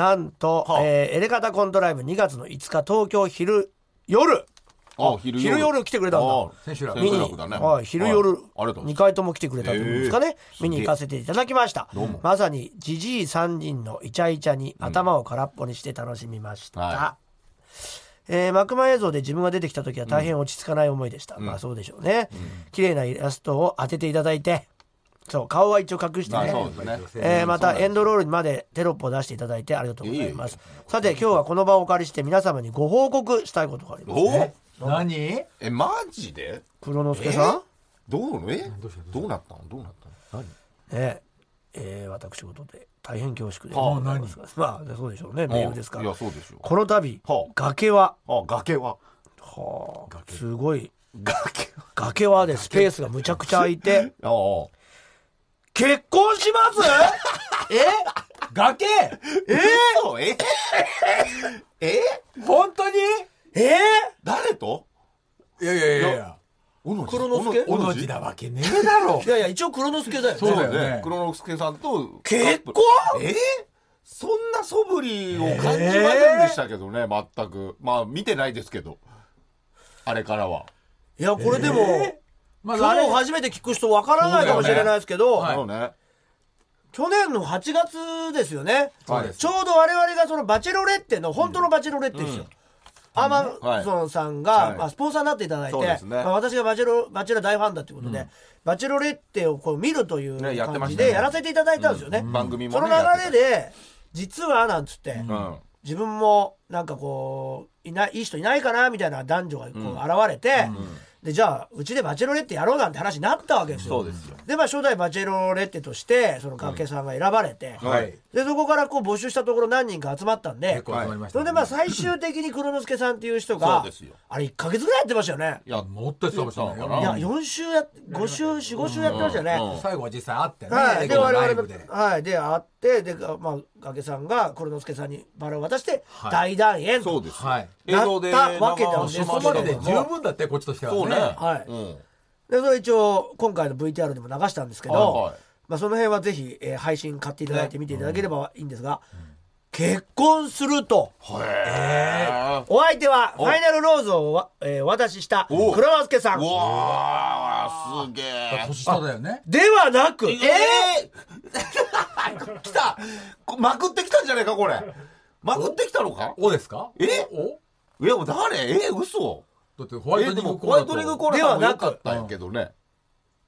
Speaker 1: なんと、
Speaker 2: はあ
Speaker 1: えーエレガタコントライブ2月の5日、東京昼、夜、
Speaker 2: あ、昼夜。
Speaker 1: 昼夜来てくれたんだ
Speaker 2: あ
Speaker 3: 千秋楽
Speaker 2: 千秋
Speaker 1: に
Speaker 2: 楽だね。
Speaker 1: はい、昼夜、
Speaker 2: はいありがとうござい
Speaker 1: 2
Speaker 2: ます。
Speaker 1: 回とも来てくれたというんですかね、
Speaker 2: えー
Speaker 1: 見に行かせていただきました
Speaker 2: どうも
Speaker 1: まさにじじい3人のイチャイチャに頭を空っぽにして楽しみました、
Speaker 2: は
Speaker 1: えー幕間映像で自分が出てきた時は大変落ち着かない思いでした、まあそうでしょうね、綺麗なイラストを当てていただいてそう顔は一応隠して
Speaker 2: あ
Speaker 1: ね
Speaker 2: そうですね。
Speaker 1: えーまたエンドロールにまでテロップを出していただいてありがとうございます
Speaker 2: い
Speaker 1: さて今日はこの場をお借りして皆様にご報告したいことがあります
Speaker 2: お
Speaker 1: ね
Speaker 2: お
Speaker 3: 何
Speaker 2: え、マジで
Speaker 1: 黒之助さん、
Speaker 2: どうなのえ
Speaker 3: どうした
Speaker 2: どうなったのどうなったの
Speaker 1: ねえー、私事で大変恐縮で
Speaker 2: は
Speaker 1: ご
Speaker 2: あ
Speaker 1: ざいますがまあそうでしょうね
Speaker 2: 何
Speaker 1: メールですか
Speaker 2: い
Speaker 1: ら
Speaker 2: や、そうでしょ
Speaker 1: この度、
Speaker 2: はあ
Speaker 1: 崖は、
Speaker 2: あ、崖は。
Speaker 1: はあ、すごい
Speaker 2: 崖は。
Speaker 1: 崖はでスペースがむちゃくちゃ空いて
Speaker 2: ああ。
Speaker 1: 結婚しますえ
Speaker 3: 崖
Speaker 2: えー、嘘えええ
Speaker 3: 本当に
Speaker 1: えー、
Speaker 2: 誰と
Speaker 3: いやいやいやいや
Speaker 2: おの
Speaker 1: 黒之助
Speaker 3: おのじだわけねえだろ
Speaker 1: いやいや一応黒之助だよね
Speaker 3: そう
Speaker 2: そう
Speaker 3: だ
Speaker 2: だ
Speaker 3: よ
Speaker 2: よ
Speaker 3: ね
Speaker 2: ね。黒之助さんと。
Speaker 1: 結婚
Speaker 2: えーそんな素振りを感じませんでしたけどね、全く。まあ、見てないですけど。あれからは。
Speaker 1: いやこれでも、
Speaker 3: ま
Speaker 1: 今日
Speaker 3: あ
Speaker 1: 初めて聞く人わからないかもしれないですけど、
Speaker 3: そうだよね
Speaker 2: あ
Speaker 3: はい
Speaker 2: のね。
Speaker 1: 去年の8月ですよね、
Speaker 2: はい
Speaker 1: ちょうど我々がそのバチェロレッテの本当のバチェロレッテですよ、アマゾンさんが、
Speaker 2: はい
Speaker 1: まあ、スポンサーになっていただいて、
Speaker 2: そうですね
Speaker 1: まあ、私がバチェロバチェラ大ファンだということで、バチェロレッテをこう見るという
Speaker 2: ねやって
Speaker 1: 感
Speaker 2: ま
Speaker 1: じ
Speaker 2: した
Speaker 1: で
Speaker 2: ね
Speaker 1: やらせていただいたんですよね。
Speaker 2: うん番組もね
Speaker 1: その
Speaker 2: やってた
Speaker 1: 流れで実はなんつって、
Speaker 2: うん。
Speaker 1: 自分もなんかこういないいい人いないかなみたいな男女がこう現れて、でじゃあうちでバチェロレッテやろうなんて話になったわけですよ。
Speaker 2: そうですよ。
Speaker 1: でまあ、初代バチェロレッテとしてそのけさんが選ばれて、
Speaker 2: んはい
Speaker 1: でそこからこう募集したところ何人か集まったんで
Speaker 3: 結構集まりまし
Speaker 1: そ
Speaker 3: た
Speaker 1: れでまあ最終的に黒之助さんっていう人
Speaker 2: そ
Speaker 1: が
Speaker 2: うですよ
Speaker 1: あれ1か月ぐらいやってましたよね
Speaker 2: いや、
Speaker 3: もっとそうしたんだ
Speaker 2: うん
Speaker 1: い
Speaker 3: よ
Speaker 1: や4週や5週45週やってましたよね、
Speaker 2: うんうん
Speaker 3: 最後は実際会ってね
Speaker 1: はい、
Speaker 3: レ
Speaker 1: で
Speaker 3: コの
Speaker 1: 我
Speaker 3: ラ
Speaker 1: 々
Speaker 3: イブ
Speaker 1: も
Speaker 3: で、
Speaker 1: はい、で会ってで、まあ、崖さんが黒之助さんにバラを渡して
Speaker 3: は
Speaker 1: 大
Speaker 3: い
Speaker 1: 団円と、
Speaker 2: そうですよ。
Speaker 3: はい
Speaker 2: 映像で流
Speaker 1: なったわけなんで
Speaker 2: しま
Speaker 1: そ
Speaker 2: し
Speaker 1: こ
Speaker 2: た
Speaker 1: ま
Speaker 3: ま
Speaker 1: で
Speaker 3: で
Speaker 1: で
Speaker 3: で
Speaker 2: け
Speaker 3: 十
Speaker 2: ど
Speaker 3: 分だってこっちとしてはね
Speaker 2: そうね。
Speaker 1: はい
Speaker 2: うん。
Speaker 1: でそれ一応今回の VTR でも流したんですけど、
Speaker 2: はいはい
Speaker 1: まあ、その辺はぜひ、えー配信買っていただいて見ていただければいいんですが、結婚すると
Speaker 2: へえ。
Speaker 1: お相手はファイナルローズをわ、えーお渡しした黒之助さん
Speaker 2: うわー、すげえ。
Speaker 3: 年下だよね
Speaker 1: ではなくえ
Speaker 2: えー、 来たこまくってきたんじゃねえか、これ。まくってきたのか
Speaker 3: おですか
Speaker 2: え
Speaker 3: お
Speaker 2: いや、もう誰えー、嘘
Speaker 3: だってホワイ
Speaker 2: え
Speaker 3: ト
Speaker 2: ー、
Speaker 3: ニ
Speaker 2: で
Speaker 3: ング
Speaker 2: も、
Speaker 3: コ
Speaker 2: ホワイトニングコーナーさんも
Speaker 1: ではな
Speaker 2: 良
Speaker 1: く
Speaker 2: かったんやけどね。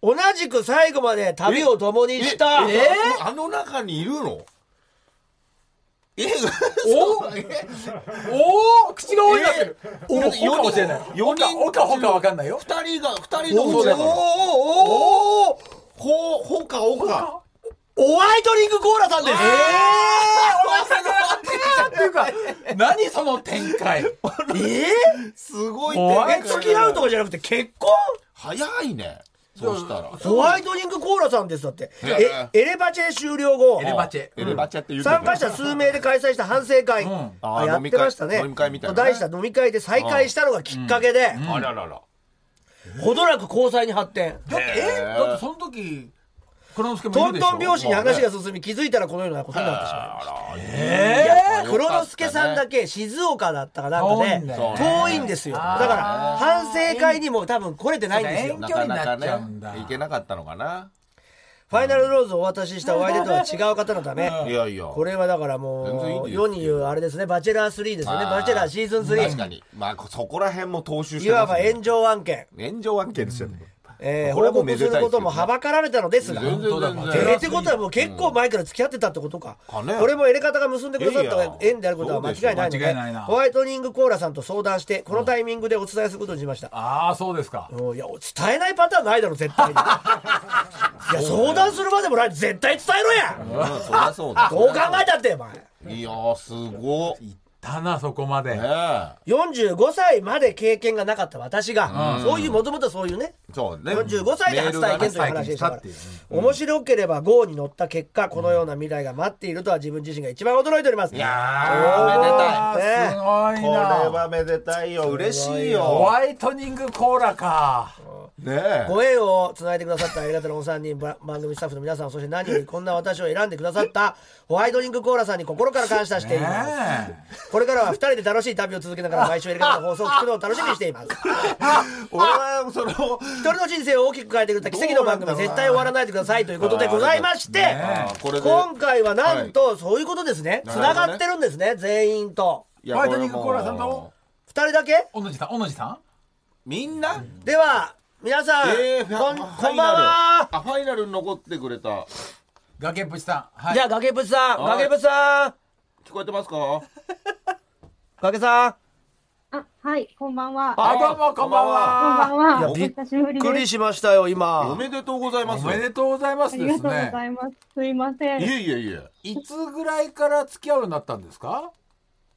Speaker 1: 同じく最後まで旅を共にした
Speaker 2: えーあの中にいるのえー、
Speaker 3: お
Speaker 2: 嘘え
Speaker 3: おお口が多いなってる、おお
Speaker 2: ー、
Speaker 3: おかもしれない
Speaker 2: 4人
Speaker 3: おかほかわかんないよ
Speaker 2: 二人が、二人
Speaker 3: お
Speaker 2: の
Speaker 3: そうだよ
Speaker 2: おおほ、ほか、ほか。
Speaker 1: おワイトリングコーラさんです、
Speaker 3: っていうか何その展開
Speaker 1: え
Speaker 2: すごい
Speaker 3: お
Speaker 1: ー、
Speaker 3: 笑
Speaker 1: え付き合うとかじゃなくて結婚
Speaker 2: 早いね。そうしたら。
Speaker 1: ホワイトリングコーラさんですだって、
Speaker 2: え
Speaker 1: えエレバチェ終了後
Speaker 3: エレバチェ
Speaker 2: エレバチェって言うけど
Speaker 1: 参加者数名で開催した反省会、
Speaker 3: うんあ
Speaker 2: ー
Speaker 1: やってましたね
Speaker 2: 飲み会飲み会みたいなね
Speaker 1: と題した飲み会で再会したのがきっかけで、
Speaker 2: あららら。
Speaker 1: ほどなく交際に発展
Speaker 3: だってえ
Speaker 2: へー
Speaker 3: だってその時黒之助も
Speaker 1: ト
Speaker 3: いる
Speaker 1: ン
Speaker 3: でしょ
Speaker 1: トン拍子に話が進み気づいたらこのようなことになってしまいました
Speaker 2: あら、
Speaker 1: え
Speaker 2: え
Speaker 1: 黒之助さんだ
Speaker 2: け。
Speaker 1: け静岡だったかなんか
Speaker 3: 遠い
Speaker 1: で
Speaker 3: んだよ
Speaker 1: 遠いんですよだ
Speaker 3: あー
Speaker 1: から反省会にも多分来れてないんですよ
Speaker 3: そうだね
Speaker 2: なかなか
Speaker 3: 遠距離になっちゃうんだ
Speaker 2: ね、いけなかったのかな。
Speaker 1: ファイナルローズをお渡ししたお相手とは違う方のため
Speaker 2: いやいや。
Speaker 1: これはだから
Speaker 2: 全然いい
Speaker 1: もう
Speaker 2: ですよ
Speaker 1: 世に言うあれですねバチェラー3ですよね
Speaker 2: あー
Speaker 1: バチェラーシーズン
Speaker 2: 確か
Speaker 1: 3
Speaker 2: に。まあ、そこら辺も踏襲し
Speaker 1: い
Speaker 2: て
Speaker 1: わ
Speaker 2: ます
Speaker 1: ば
Speaker 2: ね。
Speaker 1: 炎上案件
Speaker 2: 炎上案件ですよね。
Speaker 1: えー
Speaker 2: これは
Speaker 1: 報
Speaker 2: もうめ
Speaker 1: 告
Speaker 2: ですたいです
Speaker 1: ることもはばかられたのですが。
Speaker 2: 全然全然
Speaker 1: えーってことはもう結構前から付き合ってたってことか、
Speaker 2: かね
Speaker 1: これもエレ方が結んでくださっ
Speaker 2: いやいや
Speaker 1: た縁であることは間違いないの
Speaker 3: そう
Speaker 1: で
Speaker 3: でしょ間違いないな
Speaker 1: ホワイトニングコーラさんと相談してこのタイミングでお伝えすることにしました、
Speaker 4: ああそうですか
Speaker 1: うんいや伝えないパターンないだろ絶 対にいや相談するまでもない絶対伝えろや
Speaker 2: うんそりゃそうだ
Speaker 1: どう考えたってお前
Speaker 2: いやーすごっね
Speaker 4: たなそこまで、
Speaker 2: え
Speaker 1: 45歳まで経験がなかった私が、そういうもともとそういうね
Speaker 2: そうね
Speaker 1: 45歳で初体験という話でしたから
Speaker 3: メールがね
Speaker 1: 面白ければ GO に乗った結果このような未来が待っているとは自分自身が一番驚いておりますい
Speaker 2: やーめでたい
Speaker 3: すごい
Speaker 2: これ
Speaker 3: な。
Speaker 2: はめでたいよ嬉しい
Speaker 4: ホ
Speaker 2: よ
Speaker 4: ワイトニングコーラか
Speaker 2: ねえ
Speaker 1: ご縁をつないでくださったありがたいお三人ば番組スタッフの皆さんそして何よりこんな私を選んでくださったホワイトニングコーラさんに心から感謝しています、これからは2人で楽しい旅を続けながら毎週エレガタの放送を聞くのを楽しみにしています
Speaker 2: 俺はそ の
Speaker 1: 一人の人生を大きく変えてくれた奇跡の番組絶対終わらないでくださいということでございまして、
Speaker 2: あーこれで
Speaker 1: 今回はなんとそういうことですね
Speaker 2: な
Speaker 1: つ
Speaker 2: るほどね
Speaker 1: ながってるんですね全員と
Speaker 2: いや
Speaker 3: ホワイトニングコーラさんと
Speaker 2: これも
Speaker 1: 2人だけ
Speaker 3: おのじさん、おのじさん。
Speaker 2: うみんな
Speaker 1: では皆さん、
Speaker 2: えーファ
Speaker 1: こん
Speaker 2: フ
Speaker 1: こ
Speaker 2: ァ
Speaker 1: んばん
Speaker 2: イナ
Speaker 1: は
Speaker 2: ルあファイナルに残ってくれた
Speaker 3: 崖っぷちさん。はい。
Speaker 1: じゃあ崖っぷちさん
Speaker 2: はい
Speaker 1: 崖っぷちさん
Speaker 2: 聞こえてますか
Speaker 1: 崖さん
Speaker 5: あ、はい、こんばんは。
Speaker 2: あ
Speaker 4: あどうもこんばん
Speaker 5: こんばん
Speaker 4: は
Speaker 1: いや
Speaker 5: は。お
Speaker 1: びっ
Speaker 5: 久しぶ
Speaker 1: び
Speaker 5: り
Speaker 1: っくり
Speaker 5: です。
Speaker 1: しましたよ
Speaker 2: お
Speaker 1: 今
Speaker 2: めでとうございます
Speaker 4: おめでとうございま
Speaker 5: あ
Speaker 4: す
Speaker 5: り
Speaker 4: で
Speaker 5: が
Speaker 4: す
Speaker 5: とうご
Speaker 4: ね
Speaker 5: ざいます。すいませ
Speaker 2: い
Speaker 5: ん。
Speaker 2: えいえいえ
Speaker 4: いつぐらいから付き合うようになったんですか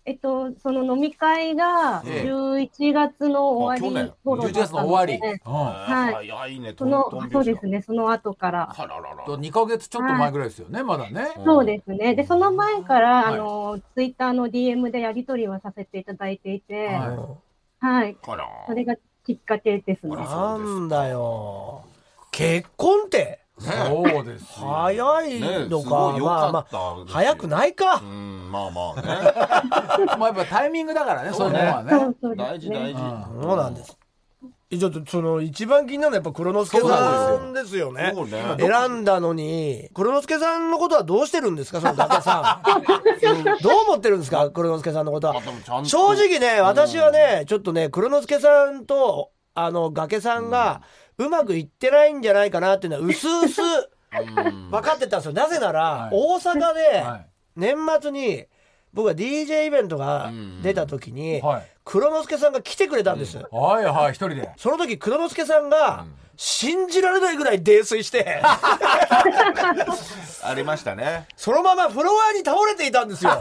Speaker 5: えっと、その飲み会が
Speaker 2: ええ
Speaker 5: 11月の終わ
Speaker 2: あ去
Speaker 5: り
Speaker 2: 年
Speaker 5: 頃だっ
Speaker 4: 11
Speaker 5: たので、
Speaker 4: 月の終わり、
Speaker 2: あ
Speaker 4: う
Speaker 5: はい
Speaker 2: 早いね
Speaker 5: そ
Speaker 2: トント
Speaker 5: の
Speaker 2: ン、
Speaker 5: そう
Speaker 2: 拍子
Speaker 5: ですね、その後から。
Speaker 2: あららら
Speaker 4: ん、と2ヶ月ちょっと前ぐらいですよね、まだね
Speaker 5: そうですね。で、その前か
Speaker 4: は
Speaker 5: ら、
Speaker 4: い
Speaker 5: あの、ツイッターの DM でやり取りはさせていただいていて、
Speaker 4: は
Speaker 5: はい。
Speaker 2: あら
Speaker 5: それがきっかけですね。
Speaker 1: なんだよ結婚って
Speaker 4: そうですよ
Speaker 1: 早い
Speaker 2: ね
Speaker 1: の
Speaker 2: す
Speaker 1: か,、
Speaker 2: ごい良
Speaker 1: まあ
Speaker 2: かった
Speaker 1: まあ
Speaker 2: ですよ
Speaker 1: 早くないか、
Speaker 2: うんまあま あ
Speaker 4: まあやっぱタイミングだからねそういうのはね
Speaker 5: そうそう
Speaker 2: ね
Speaker 5: で
Speaker 2: 大
Speaker 5: す
Speaker 2: 事大
Speaker 5: ね。
Speaker 2: 事
Speaker 1: そうなんです。ちょっとその一番気になるのはやっぱ黒之助さんですよね
Speaker 2: そうなんですよ
Speaker 1: 選んだのに黒之助さんのことはどうしてるんですかその伊達さん どう思ってるんですか黒之助さんのことは
Speaker 2: あでもちゃんと
Speaker 1: 正直ね私はねちょっとね黒之助さんとあの崖さんがうまくいってないんじゃないかなっていうのはうすうす
Speaker 2: うん
Speaker 1: 分かってたんですよなぜなら
Speaker 4: い
Speaker 1: 大阪で
Speaker 4: はい
Speaker 1: 年末に僕は DJ イベントが出た時に
Speaker 4: はい
Speaker 1: 黒之助さんが来てくれたんです、
Speaker 4: はいはい一人で
Speaker 1: その時黒之助さんが信じられないぐらい泥酔して
Speaker 2: ありましたね
Speaker 1: そのままフロアに倒れていたんですよ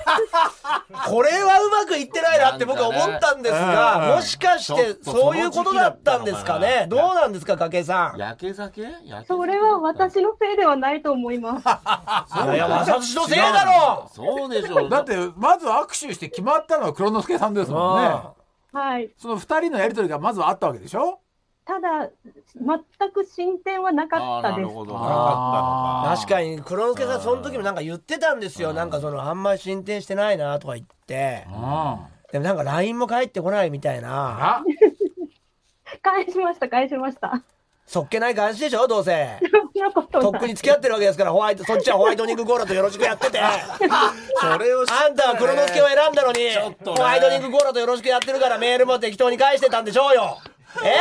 Speaker 1: これはうまくいってないなって僕は思ったんです
Speaker 4: なんかね
Speaker 1: がもしかし
Speaker 2: ちょってと
Speaker 1: そういうことだったんですかねど
Speaker 2: そ
Speaker 1: うなんですか筧さんい
Speaker 2: やけ酒やけ
Speaker 5: それは私のせいではないと思います。
Speaker 1: やいや私のせいだろ
Speaker 2: そうでしょ
Speaker 4: だってまず握手して決まったのは黒之助さんですもんね
Speaker 1: あ
Speaker 5: はい。
Speaker 4: その二人のやりとりがまずはあったわけでしょ
Speaker 5: ただ、全く進展はなか
Speaker 2: あ
Speaker 5: っ
Speaker 2: ー
Speaker 5: た
Speaker 2: な
Speaker 5: で
Speaker 2: る
Speaker 5: す。
Speaker 2: ほどなか
Speaker 4: あ
Speaker 1: 確かに黒之助さんその時もなんか言ってたんですよなんかそのあんまり進展してないなとか言って
Speaker 4: うんあ
Speaker 1: でもなんか LINE も返ってこないみたいな
Speaker 4: ら
Speaker 5: 返しました、返しました。
Speaker 1: そっけない感じでしょどうせ
Speaker 5: そ んなこと
Speaker 1: と
Speaker 5: ない。
Speaker 1: っくに付き合ってるわけですからホワイトそっちはホワイトニングコーラとよろしくやってて
Speaker 2: それを知ったら
Speaker 1: あんたは黒之助を選んだのに、
Speaker 2: ょっとね
Speaker 1: ホワイトニングコーラとよろしくやってるからメールも適当に返してたんでしょうよえ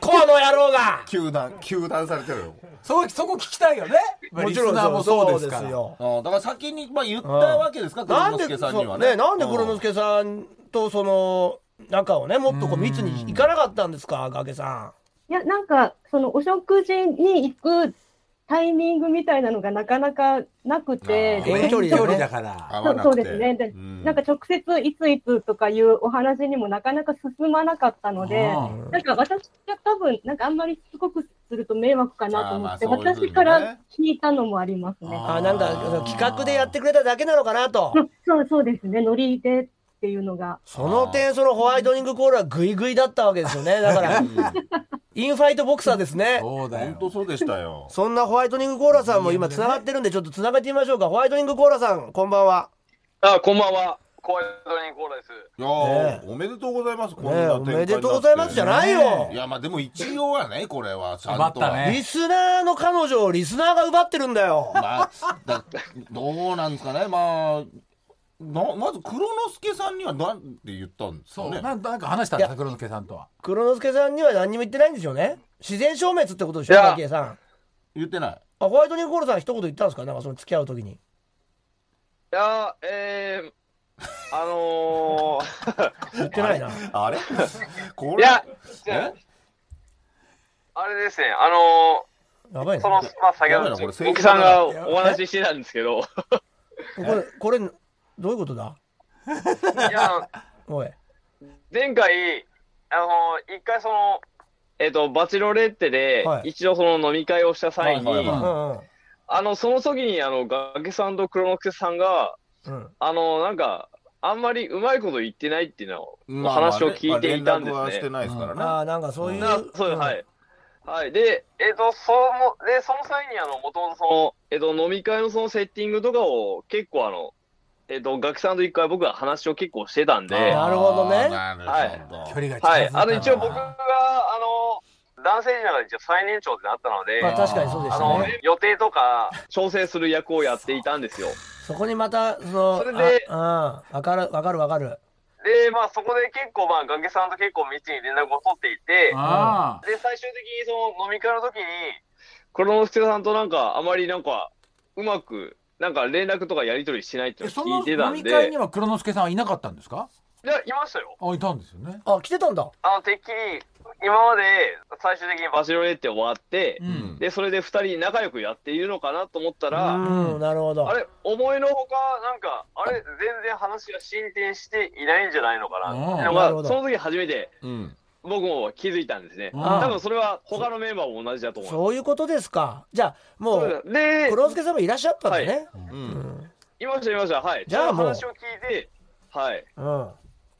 Speaker 1: この野郎が
Speaker 2: 糾弾糾弾されてるよ
Speaker 4: そこそこ聞きたいよね
Speaker 1: も
Speaker 4: リ
Speaker 1: ち
Speaker 4: ス
Speaker 1: ろん
Speaker 4: ナーもそうです
Speaker 1: そう
Speaker 4: か
Speaker 1: です
Speaker 4: ら
Speaker 1: よ
Speaker 2: あーだから先にまあ言ったわけですか黒
Speaker 1: なん
Speaker 2: 之
Speaker 1: で
Speaker 2: 助さんには
Speaker 1: そう
Speaker 2: ね
Speaker 1: なんで黒之助さんとその仲をねもっとこう密にいかなかったんですか崖さ
Speaker 5: いや、なんか、その、お食事に行くタイミングみたいなのがなかなかなくて、
Speaker 2: あー
Speaker 1: 遠距離だね
Speaker 4: 距離だから
Speaker 2: 合
Speaker 5: そ
Speaker 2: わ
Speaker 5: う
Speaker 2: な
Speaker 5: そ
Speaker 2: く
Speaker 5: う
Speaker 2: て
Speaker 5: ですね。で、
Speaker 2: うん
Speaker 5: なんか直接いついつとかいうお話にもなかなか進まなかったので、
Speaker 4: うん
Speaker 5: なんか私が多分、なんかあんまりしつこくすると迷惑かなと思って、
Speaker 2: あーまあそういうふうにね
Speaker 5: 私から聞いたのもありますね
Speaker 1: ん
Speaker 4: あ。
Speaker 1: あなんかその企画でやってくれただけなのかなと
Speaker 5: そうそうそうですね、ノリでっていうのが。
Speaker 1: その点そのホワイトニングコーラはグイグイだったわけですよねだ からインファイトボクサーですね
Speaker 4: そうだ
Speaker 2: 本
Speaker 4: よ
Speaker 2: 当そうでしたよ
Speaker 1: そんなホワイトニングコーラさんも今つながってるんでちょっとつながってみましょうかホワイトニングコーラさんこんばんは
Speaker 6: あ、こんばんは。ホワイトニングコーラです。
Speaker 2: いやー
Speaker 1: ね
Speaker 2: おめでとうございますこん
Speaker 1: ね
Speaker 2: な
Speaker 1: えお
Speaker 2: 展開になって
Speaker 1: めでとうございますじゃないよ
Speaker 2: いやまあでも一応はねこれはちゃんと
Speaker 4: 奪ったね
Speaker 1: リスナーの彼女をリスナーが奪ってるんだよ
Speaker 2: まあだどうなんですかねまあなまず黒之助さんにはなんて言ったんですか
Speaker 4: そう
Speaker 2: ね
Speaker 4: なんなんか話したんですか黒之助さんとは
Speaker 1: 黒之助さんには何にも言ってないんですよね自然消滅ってことでしょ
Speaker 6: いや
Speaker 1: 武井さん
Speaker 2: 言ってない
Speaker 1: あホワイトニングコールさん一言言ったんですかなんかその付き合う時に
Speaker 6: いや、えー、あの
Speaker 1: 言ってないな
Speaker 2: あれこ
Speaker 6: ー、い
Speaker 2: れ
Speaker 6: や、
Speaker 2: え
Speaker 6: あれですね、あの
Speaker 1: やばい
Speaker 6: ー、
Speaker 1: な
Speaker 6: その、まあ、先
Speaker 2: や
Speaker 6: ほ
Speaker 2: ばいな
Speaker 6: ど
Speaker 2: これ、正
Speaker 6: 奥
Speaker 2: 義
Speaker 6: さん
Speaker 2: だな
Speaker 6: がお話ししてたんですけど、
Speaker 1: これこれどういうことだ
Speaker 6: いや、
Speaker 1: おい
Speaker 6: 前回、あのー、一回その、えっ、と、バチロレッテで
Speaker 1: は、い
Speaker 6: 一度その飲み会をした際に、
Speaker 2: はいはいは
Speaker 1: う
Speaker 2: い
Speaker 1: んうん
Speaker 6: あの、その時に、あの、ガケさんとクロノクセさんが、
Speaker 1: うん
Speaker 6: あの、なんか、あんまりうまいこと言ってないっていうのを、
Speaker 2: まあ
Speaker 6: 話を聞いていたんですね
Speaker 2: まあ連絡はしてないですからね、
Speaker 1: ああなんかそういう
Speaker 6: なそうです、は
Speaker 1: ん
Speaker 6: い。はい。で、えっ、と、その、で、その際に、あの、もともとその、えっ、と、飲み会のそのセッティングとかを、結構あの、えっ、と、学さんと一回僕は話を結構してたんで、
Speaker 1: あ
Speaker 6: は
Speaker 1: なるほどね
Speaker 2: あーなるほど
Speaker 3: 距離が近づいた
Speaker 6: い。あの、一応僕
Speaker 3: な
Speaker 6: が、あの、男性陣の中で一応最年長ってなったので、
Speaker 1: まあ確かにそうでし
Speaker 6: あ
Speaker 1: た
Speaker 6: の
Speaker 1: ね、
Speaker 6: 予定とか、調整する役をやっていたんですよ。
Speaker 1: そこにまたその
Speaker 6: それで
Speaker 1: あうんわかるわかるわかる
Speaker 6: で、まあ、そこで結構、まあ、ガケさんと結構密に連絡を取っていて、
Speaker 4: あ
Speaker 6: で、最終的にその飲み会の時に、黒之助さんとなんか、あまりなんか、うまく、なんか連絡とかやり取りしないって
Speaker 4: あ。
Speaker 6: いう
Speaker 4: えそ
Speaker 6: の
Speaker 4: の
Speaker 6: を聞いてた
Speaker 4: 飲
Speaker 6: ん
Speaker 4: み
Speaker 6: で、
Speaker 4: 会には黒之助さんはいなかったんですか？
Speaker 6: いや、いましたよ。
Speaker 4: あいたんですよね。
Speaker 1: あ来てたんだ
Speaker 6: あの、てっきり、今まで最終的にバチロレって終わって、
Speaker 4: うん。
Speaker 6: で、それで二人仲良くやっているのかなと思ったら、
Speaker 1: うんなるほど
Speaker 6: あれ、思いのほか、なんか、あれ、全然話が進展していないんじゃないのかなっていうの
Speaker 1: うんなるほ
Speaker 6: が、
Speaker 1: ど
Speaker 6: その時初めて
Speaker 2: うん
Speaker 6: 僕も気づいたんですね。
Speaker 4: あ
Speaker 6: 多分それは他のメンバーも同じだと思います。
Speaker 1: そういうことですかじゃあもう
Speaker 6: で、
Speaker 1: 黒助さんもいらっしゃったんだね、
Speaker 2: うん
Speaker 6: いました、いました。はい。
Speaker 1: じゃあもう
Speaker 6: その話を聞いて、はい。
Speaker 1: う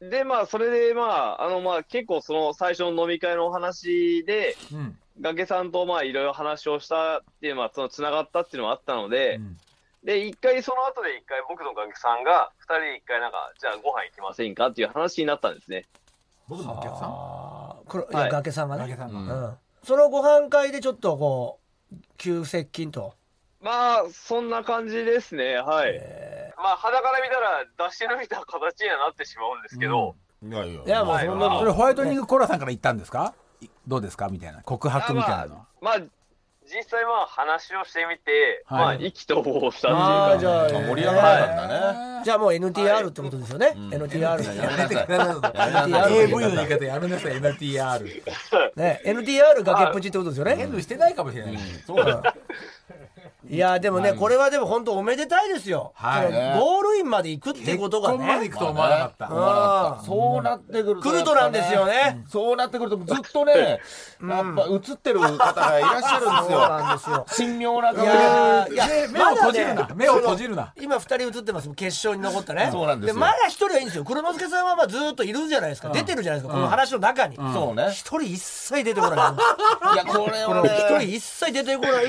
Speaker 1: ん
Speaker 6: で、まあ、それで、まあ、あの、まあ、結構、その、最初の飲み会のお話で、
Speaker 4: うん。
Speaker 6: 崖さんと、まあ、いろいろ話をしたっていう、まあ、その、つながったっていうのはあったので、
Speaker 4: うん
Speaker 6: で、一回、その後で一回、僕と崖さんが、二人で一回、なんか、じゃあ、ご飯行きませんかっていう話になったんですね。
Speaker 4: 僕のお客さん。
Speaker 1: あー黒い
Speaker 6: は
Speaker 1: や
Speaker 6: い
Speaker 1: 崖さんが
Speaker 4: 投
Speaker 1: ね
Speaker 4: げさん
Speaker 2: う
Speaker 4: が。
Speaker 2: ん
Speaker 1: うんそのご飯会でちょっとこう急接近と
Speaker 6: まあ、そんな感じですね。はい。まあ、肌から見たら、出し抜いた形にはなってしまうんですけど、
Speaker 2: いやいや
Speaker 1: いやもうそんな
Speaker 6: はい
Speaker 1: こ
Speaker 3: それ
Speaker 1: と
Speaker 3: ホワイトニングコーラさんから言ったんですかいどうですかみたいな告白みたいなのは
Speaker 6: まあ、実際まあ話をしてみて、
Speaker 3: はい
Speaker 6: まあ意気投合したっていう
Speaker 1: ああ
Speaker 6: か
Speaker 1: ーじゃあ
Speaker 2: まあ盛り上
Speaker 1: え
Speaker 2: がったんだね、
Speaker 1: ーじゃあもう NTR ってことですよね、NTR って
Speaker 3: やめてください
Speaker 2: やめなさい
Speaker 3: AV の言い方やめなさい NTR
Speaker 1: ね NTR 崖っぷちってことですよね
Speaker 3: N してないかもしれない
Speaker 2: そうだよ
Speaker 1: いやでもねこれはでも本当おめでたいですよ、
Speaker 3: はい
Speaker 1: そのゴールインまで行くって
Speaker 3: 結
Speaker 1: ことが
Speaker 3: 婚まで
Speaker 1: ね
Speaker 3: 行くとは思わなかった、
Speaker 1: まあねうん
Speaker 2: そうなってくる
Speaker 1: 来るとなんですよね
Speaker 2: やっぱそうなってくるとずっとね、やっぱ映ってる方がいらっしゃるんです
Speaker 1: そう
Speaker 2: よ
Speaker 1: なんですよ
Speaker 2: 神妙ない顔で
Speaker 1: やーいや
Speaker 3: 目を閉じる
Speaker 1: ま
Speaker 3: な、
Speaker 1: だね
Speaker 3: 目を閉じるな
Speaker 1: 今二人映ってます決勝に残ったね
Speaker 2: そうなんですよ
Speaker 1: まだ一人はいいんですよ黒之助さんはまあずーっといるじゃないですか、出てるじゃないですか、この話の中に、
Speaker 2: そうね
Speaker 1: 一人一切出てこない
Speaker 2: いやこれ
Speaker 1: こ
Speaker 2: は
Speaker 1: の
Speaker 2: ね
Speaker 1: 一人一切出てこない、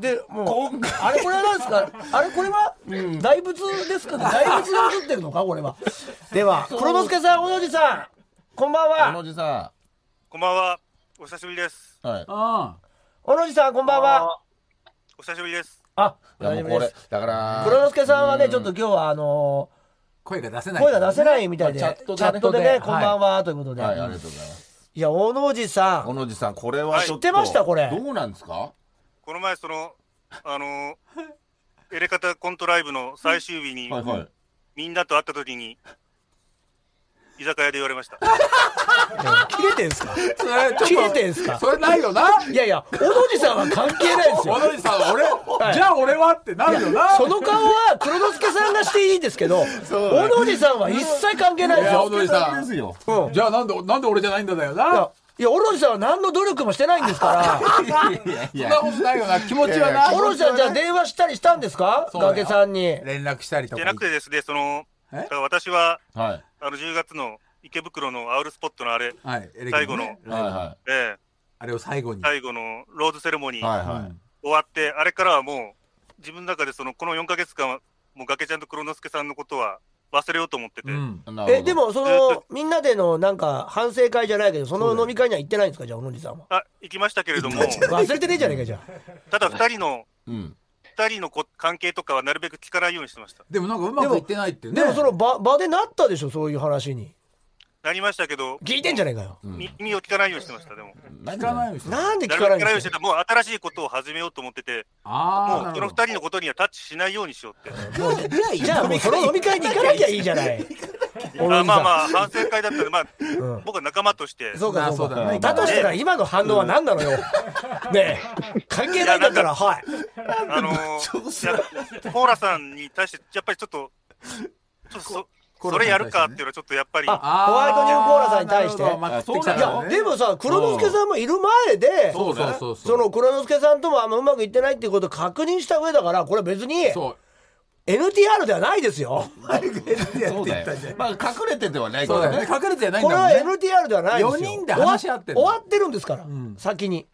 Speaker 1: でも
Speaker 2: 今
Speaker 1: うあれこれは何ですかあれこれは大仏ですかね大仏が映ってるのかこれはでは黒之助さん小野寺さんこんばん
Speaker 2: 小
Speaker 1: は
Speaker 2: 野寺さ
Speaker 7: こんばんは。お久しぶりです。
Speaker 2: んはい
Speaker 4: あ
Speaker 1: 小野寺さんこんばんは
Speaker 7: お久しぶりです。
Speaker 1: あ
Speaker 2: いや
Speaker 1: 大
Speaker 2: も
Speaker 1: 丈夫
Speaker 2: うこ
Speaker 1: で
Speaker 2: れ
Speaker 1: す
Speaker 2: だから
Speaker 1: 黒之助さんはねちょっと今日はあの
Speaker 3: 声が出せ
Speaker 1: ー
Speaker 3: ない
Speaker 1: 声が出せないみたいでチ
Speaker 2: まあ
Speaker 1: ャ
Speaker 2: チャットで
Speaker 1: ット
Speaker 2: ね
Speaker 1: で
Speaker 2: は
Speaker 1: ね
Speaker 2: い
Speaker 1: こんばんはということで
Speaker 2: はいありがとうございます
Speaker 1: いや小野寺さ
Speaker 2: 小
Speaker 1: ん
Speaker 2: 野寺さんこれはちょ
Speaker 1: 知っ
Speaker 2: っと
Speaker 1: てましたこれ
Speaker 2: どうなんですか
Speaker 7: この前、その、あの、エレカタコントライブの最終日に、
Speaker 2: はいはい
Speaker 7: みんなと会った時に、居酒屋で言われました。
Speaker 1: 切れてんすか
Speaker 3: それちょっ と
Speaker 1: 切れてんすか
Speaker 3: それないよない
Speaker 1: やいや小野寺さんは関係ない ですよ
Speaker 3: 小野寺さん俺、
Speaker 1: い
Speaker 3: じゃあ俺はってなるよな
Speaker 1: その顔は黒之助さんがしていいですけど、小野寺さんは一切関係ない
Speaker 3: い
Speaker 1: です
Speaker 3: や小
Speaker 1: よ。
Speaker 3: 野寺さん
Speaker 2: ですよ
Speaker 1: うん
Speaker 3: じゃあなんでなんで俺じゃないんだだよ
Speaker 1: いや
Speaker 3: ない
Speaker 1: や、小野寺さんは何の努力もしてないんです から、
Speaker 2: いやい
Speaker 3: そん
Speaker 2: や
Speaker 3: なことないよな気持ちはい
Speaker 2: やいや
Speaker 3: な
Speaker 1: 小野寺さんじゃあ電話したりしたんですか
Speaker 3: そうだよ
Speaker 1: 崖さんに。
Speaker 3: 連絡したりと
Speaker 7: で
Speaker 3: か
Speaker 7: なくてですね、その、
Speaker 3: え
Speaker 7: だから私は、
Speaker 2: はい
Speaker 7: あの、10月の池袋のアウルスポットのあれ、
Speaker 3: はい、エレキ
Speaker 7: 最後の
Speaker 3: ね
Speaker 2: はいは
Speaker 7: ええ
Speaker 3: あれを最後に、
Speaker 7: 最後のローズセレモニ
Speaker 2: い
Speaker 7: ー
Speaker 2: はい
Speaker 3: うん
Speaker 2: はい
Speaker 7: 終わって、あれからはもう、自分の中でその、この4ヶ月間は、もうガケちゃんと黒之助さんのことは忘れようと思ってて、
Speaker 3: うん
Speaker 2: なるほど
Speaker 1: え、でも、その、みんなでのなんか反省会じゃないけど、その飲み会には行ってないんですかじゃあ、小野寺さんは。
Speaker 7: あ、行きましたけれども、
Speaker 1: 忘れてねえじゃねえか、じゃあ。
Speaker 7: ただ2人の、
Speaker 2: うん
Speaker 7: 2人のこ関係とかはなるべく聞かないようにしてました。
Speaker 3: でもなんかうまくいってないってね
Speaker 1: でも、その場、場でなったでしょ、そういう話に。
Speaker 7: なりましたけど、
Speaker 1: 聞いてんじゃねえかよ。
Speaker 7: み耳を聞かないようにしてました、でも。
Speaker 3: 聞かないようにして
Speaker 1: なんで
Speaker 7: な
Speaker 1: 聞
Speaker 7: るべ
Speaker 1: かない
Speaker 7: く聞
Speaker 1: ん
Speaker 7: かないよう
Speaker 1: で
Speaker 7: に
Speaker 1: す
Speaker 7: して
Speaker 1: か
Speaker 7: た、もう新しいことを始めようと思ってて、も
Speaker 4: あ
Speaker 7: う
Speaker 4: あ
Speaker 7: その二人のことにはタッチしないようにしようって。
Speaker 1: じゃあもうその飲み会に行かなきゃいいじゃない。
Speaker 7: あ
Speaker 1: 俺
Speaker 7: まあ
Speaker 1: に
Speaker 7: ま
Speaker 1: さ。
Speaker 7: あ、反省会だったんで、まあ、
Speaker 1: うん
Speaker 7: 僕は仲間として、
Speaker 1: そう
Speaker 3: ま
Speaker 1: か
Speaker 3: あ
Speaker 1: そう
Speaker 3: そうだ
Speaker 1: か。
Speaker 3: ね
Speaker 1: だとしたら今の反応は何なのよ。ねえ、関係ないんだったら、はい。
Speaker 7: あのー、いやコーラさんに対して、やっぱりちょっと、ちょっとそそれやるかっていうのは、ちょっとやっぱり、
Speaker 1: あ
Speaker 7: あ
Speaker 1: ホワイトニューコーラさんに対して
Speaker 3: なるほどまあ、そう
Speaker 1: い
Speaker 3: だよ
Speaker 1: や、
Speaker 3: ね
Speaker 1: でもさ、黒之助さんもいる前で、
Speaker 4: そうそうそう
Speaker 1: その黒之助さんともあんまうまくいってないっていうことを確認した上だから、これ別に
Speaker 4: そう
Speaker 1: NTR ではないですよ。
Speaker 2: そうだよ。まあ、隠れてではないけ
Speaker 4: そう
Speaker 2: ど
Speaker 4: だよ
Speaker 2: ね
Speaker 4: ね。隠れてじゃないん
Speaker 1: これ
Speaker 4: だ
Speaker 1: は
Speaker 4: もんね
Speaker 1: NTR ではないですよ。
Speaker 4: 四人で話し合ってんだ
Speaker 1: 終わ終わってるんですから、
Speaker 4: ん
Speaker 1: 先に。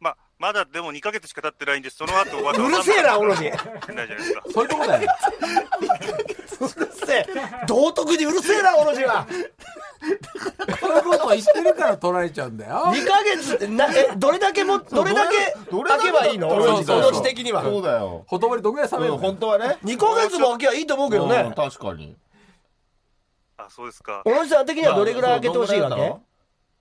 Speaker 7: まあ、まだでも2ヶ月しか経ってないんで、その後わざ
Speaker 1: う
Speaker 7: わざ
Speaker 1: るせえな、オロジ。
Speaker 7: ないじゃないですか。
Speaker 4: そういうとこだよ
Speaker 1: うるせえ。道徳にうるせえな、オロジは。
Speaker 4: そういうことを言ってるから取られちゃうんだよ
Speaker 1: 2ヶ月なえどれだけもどれだけ
Speaker 2: どれ
Speaker 1: 開けばいいのそ
Speaker 4: そう
Speaker 1: の
Speaker 4: そうそう
Speaker 1: 知的には
Speaker 2: そうだよ。
Speaker 4: ほとぼりどんぐらい冷めるの
Speaker 2: 本当はね。
Speaker 1: 2ヶ月も開けばいいと思うけど
Speaker 2: うん
Speaker 1: ね
Speaker 2: 確かに。
Speaker 7: あ、そうですか
Speaker 1: 小。野さん的にはどれぐらい開けてほしいわけ、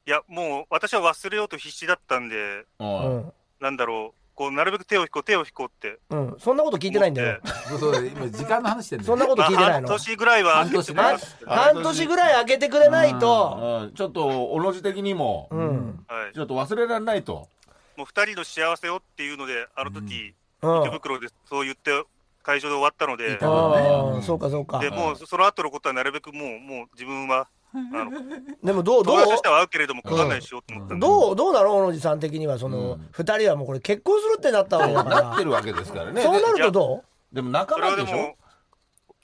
Speaker 7: いや、もう私は忘れようと必死だったんで、
Speaker 2: う。
Speaker 1: うんん
Speaker 7: なんだろう、こう、なるべく手を引こう、手を引こうって。
Speaker 1: うん、そんなこと聞いてないんだよ
Speaker 7: 思って
Speaker 4: そう今時間の話してんだ
Speaker 1: そ
Speaker 4: よ
Speaker 1: んなこと
Speaker 7: まあ、
Speaker 1: 聞いてない
Speaker 7: 半
Speaker 1: の
Speaker 7: 年ぐらいは、
Speaker 4: 半年
Speaker 1: 半
Speaker 7: は
Speaker 1: 半年ぐらい開けてくれないと
Speaker 2: うんちょっと、おのじ的にも、
Speaker 1: うん
Speaker 7: い
Speaker 2: ちょっと忘れられないと。
Speaker 7: もう2人の幸せをっていうので、あの時、
Speaker 1: うん
Speaker 7: 手袋でそう言って、会場で終わったので、
Speaker 4: たわ
Speaker 1: ああそうかそうか
Speaker 7: でもうその後のことはなるべくもう、もう自分は、あの
Speaker 1: でもどうど
Speaker 7: 友
Speaker 1: う
Speaker 7: 達としては会うけれども、かかんないしようと思ったんで、
Speaker 1: どうどうなの小野さん的にはその2人はもうこれ結婚するってなったわけだ
Speaker 2: なっ
Speaker 1: か
Speaker 2: てるわけですから
Speaker 1: ら
Speaker 2: ね。
Speaker 1: そうな
Speaker 2: で
Speaker 1: るとど
Speaker 2: でも
Speaker 7: そ
Speaker 2: 仲
Speaker 7: れは
Speaker 2: 間
Speaker 7: で
Speaker 2: でしょ
Speaker 7: も、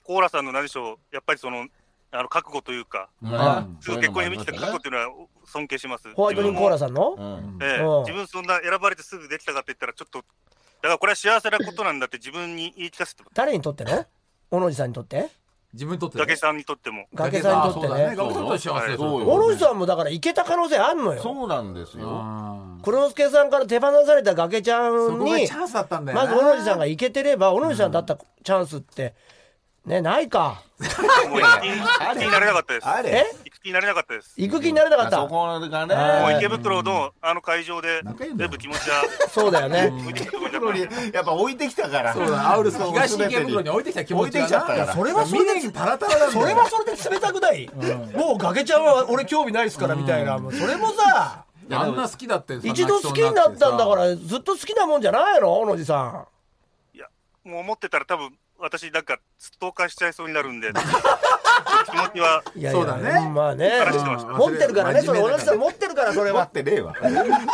Speaker 7: コーラさんの何でしょう、やっぱりその、あの覚悟というか、
Speaker 2: うん
Speaker 7: すぐ結婚に満ちた覚悟っていうのは尊敬します。
Speaker 1: うホワイトニンコーラ
Speaker 7: さん。
Speaker 1: さんの
Speaker 2: うん。
Speaker 7: ええ
Speaker 1: うん
Speaker 7: 自分そんな選ばれてすぐできたかって言ったら、ちょっと、だからこれは幸せなことなんだって 自分に言い聞かせてます、
Speaker 1: 誰にとっての小野さんにとって
Speaker 4: 自分にとって
Speaker 7: 崖さんにとっても。
Speaker 1: 崖さんにとって
Speaker 4: ガケ
Speaker 1: ね
Speaker 4: さんにとって幸せ
Speaker 2: そう
Speaker 1: 小
Speaker 2: よ
Speaker 1: 野さんもだからいけた可能性あんのよ
Speaker 2: そうなんですよ。
Speaker 4: ん
Speaker 1: 黒之助さんから手放された崖ちゃ
Speaker 4: そ
Speaker 1: ん
Speaker 4: こが
Speaker 1: に
Speaker 4: チャンスだったんだよ
Speaker 1: まず
Speaker 4: な
Speaker 1: 小野さんがいけてれば小野さんだったチャンスってねないか
Speaker 7: もう行く気行く気になれなかったです。
Speaker 2: あ
Speaker 1: え
Speaker 2: れ
Speaker 7: 行く気になれなかったです。
Speaker 1: 行く気になれなかっ
Speaker 2: そ
Speaker 1: た
Speaker 2: こが
Speaker 7: もう
Speaker 2: ね。
Speaker 7: 池袋のあの会場で
Speaker 3: 仲いいんだよ
Speaker 7: 全部気持ちは
Speaker 1: そうだよね
Speaker 7: 向いてきてくれた
Speaker 2: 袋にやっぱ置いてきたから。
Speaker 4: そうだアウルスを東池袋に置いてきた気持ちがな
Speaker 2: 置いてきちゃったから
Speaker 4: それはそれで未練パラパラなんだ
Speaker 1: そ
Speaker 4: よ
Speaker 1: れはそれで冷たくないもう崖ちゃんは俺興味ないですからみたいなもうそれもさ
Speaker 4: あんな好きだって
Speaker 1: 一度好きになったんだか
Speaker 4: そ
Speaker 1: らずっと好きなもんじゃないの小野さん
Speaker 7: もう思ってたら多分私なんかストーカーしちゃいそうになるんで気持ちはい
Speaker 1: やいや
Speaker 4: そうだね
Speaker 1: まあね
Speaker 7: 話してました
Speaker 1: 持ってるからねそれ小野さん持ってるからそれ
Speaker 2: 持
Speaker 1: は
Speaker 2: ってねえわ。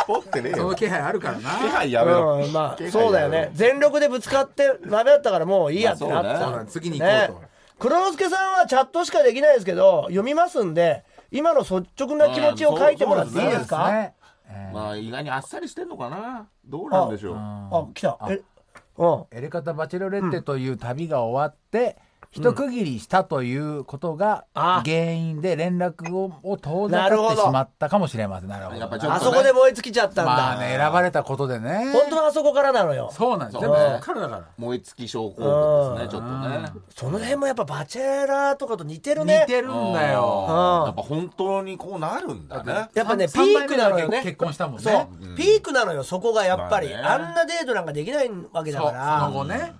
Speaker 2: 持ってねえ
Speaker 4: の
Speaker 2: よ。気
Speaker 4: 気配あるからな
Speaker 2: 配やめろ。
Speaker 1: うん、ま
Speaker 2: 気
Speaker 1: あ
Speaker 2: 配
Speaker 1: そうだよ
Speaker 2: やめ
Speaker 1: ね
Speaker 2: ろ
Speaker 1: 全力でぶつかってダメだったからもういいやってなっ
Speaker 2: まあそう
Speaker 1: た、
Speaker 2: だ
Speaker 4: ね次に行こう
Speaker 1: ね
Speaker 4: と
Speaker 1: 黒之助さんはチャットしかできないですけど読みますんで今の率直な気持ちを書いてもらっていいですか、
Speaker 2: まあ意外にあっさりしてんのかな。どうなんでしょう。
Speaker 1: あ来たえうん
Speaker 3: エレカタ・バチェロレッテという旅が終わって、一区切りしたということが
Speaker 1: あ
Speaker 3: 原因で連絡をを遠ざ
Speaker 1: なる
Speaker 3: か
Speaker 1: ほ
Speaker 3: って
Speaker 1: ど
Speaker 3: しまったかもしれません。なるほど。
Speaker 2: やっぱちょっ
Speaker 1: あそこで燃え尽きちゃったんだ、
Speaker 3: まあね、選ばれたことでね。
Speaker 1: 本当はあそこからなのよ
Speaker 4: そうなんです
Speaker 2: そ
Speaker 4: で
Speaker 2: う
Speaker 4: もそっからだから
Speaker 2: 燃え尽き症候群ですね。ちょっとね。
Speaker 1: その辺もやっぱバチェラーとかと似てるね
Speaker 4: 似てるんだよ
Speaker 1: うん
Speaker 2: やっぱ本当にこうなるんだね。
Speaker 1: やっぱねピ
Speaker 4: 三
Speaker 1: ークなのよ
Speaker 4: 三枚目
Speaker 1: ね
Speaker 4: 結結婚したもんね
Speaker 1: そう、ピークなのよそこがやっぱり、
Speaker 2: ま
Speaker 1: あ
Speaker 2: あね
Speaker 1: んなデートなんかできないわけだ
Speaker 4: そう
Speaker 1: か
Speaker 4: そ
Speaker 1: ら
Speaker 4: の後ね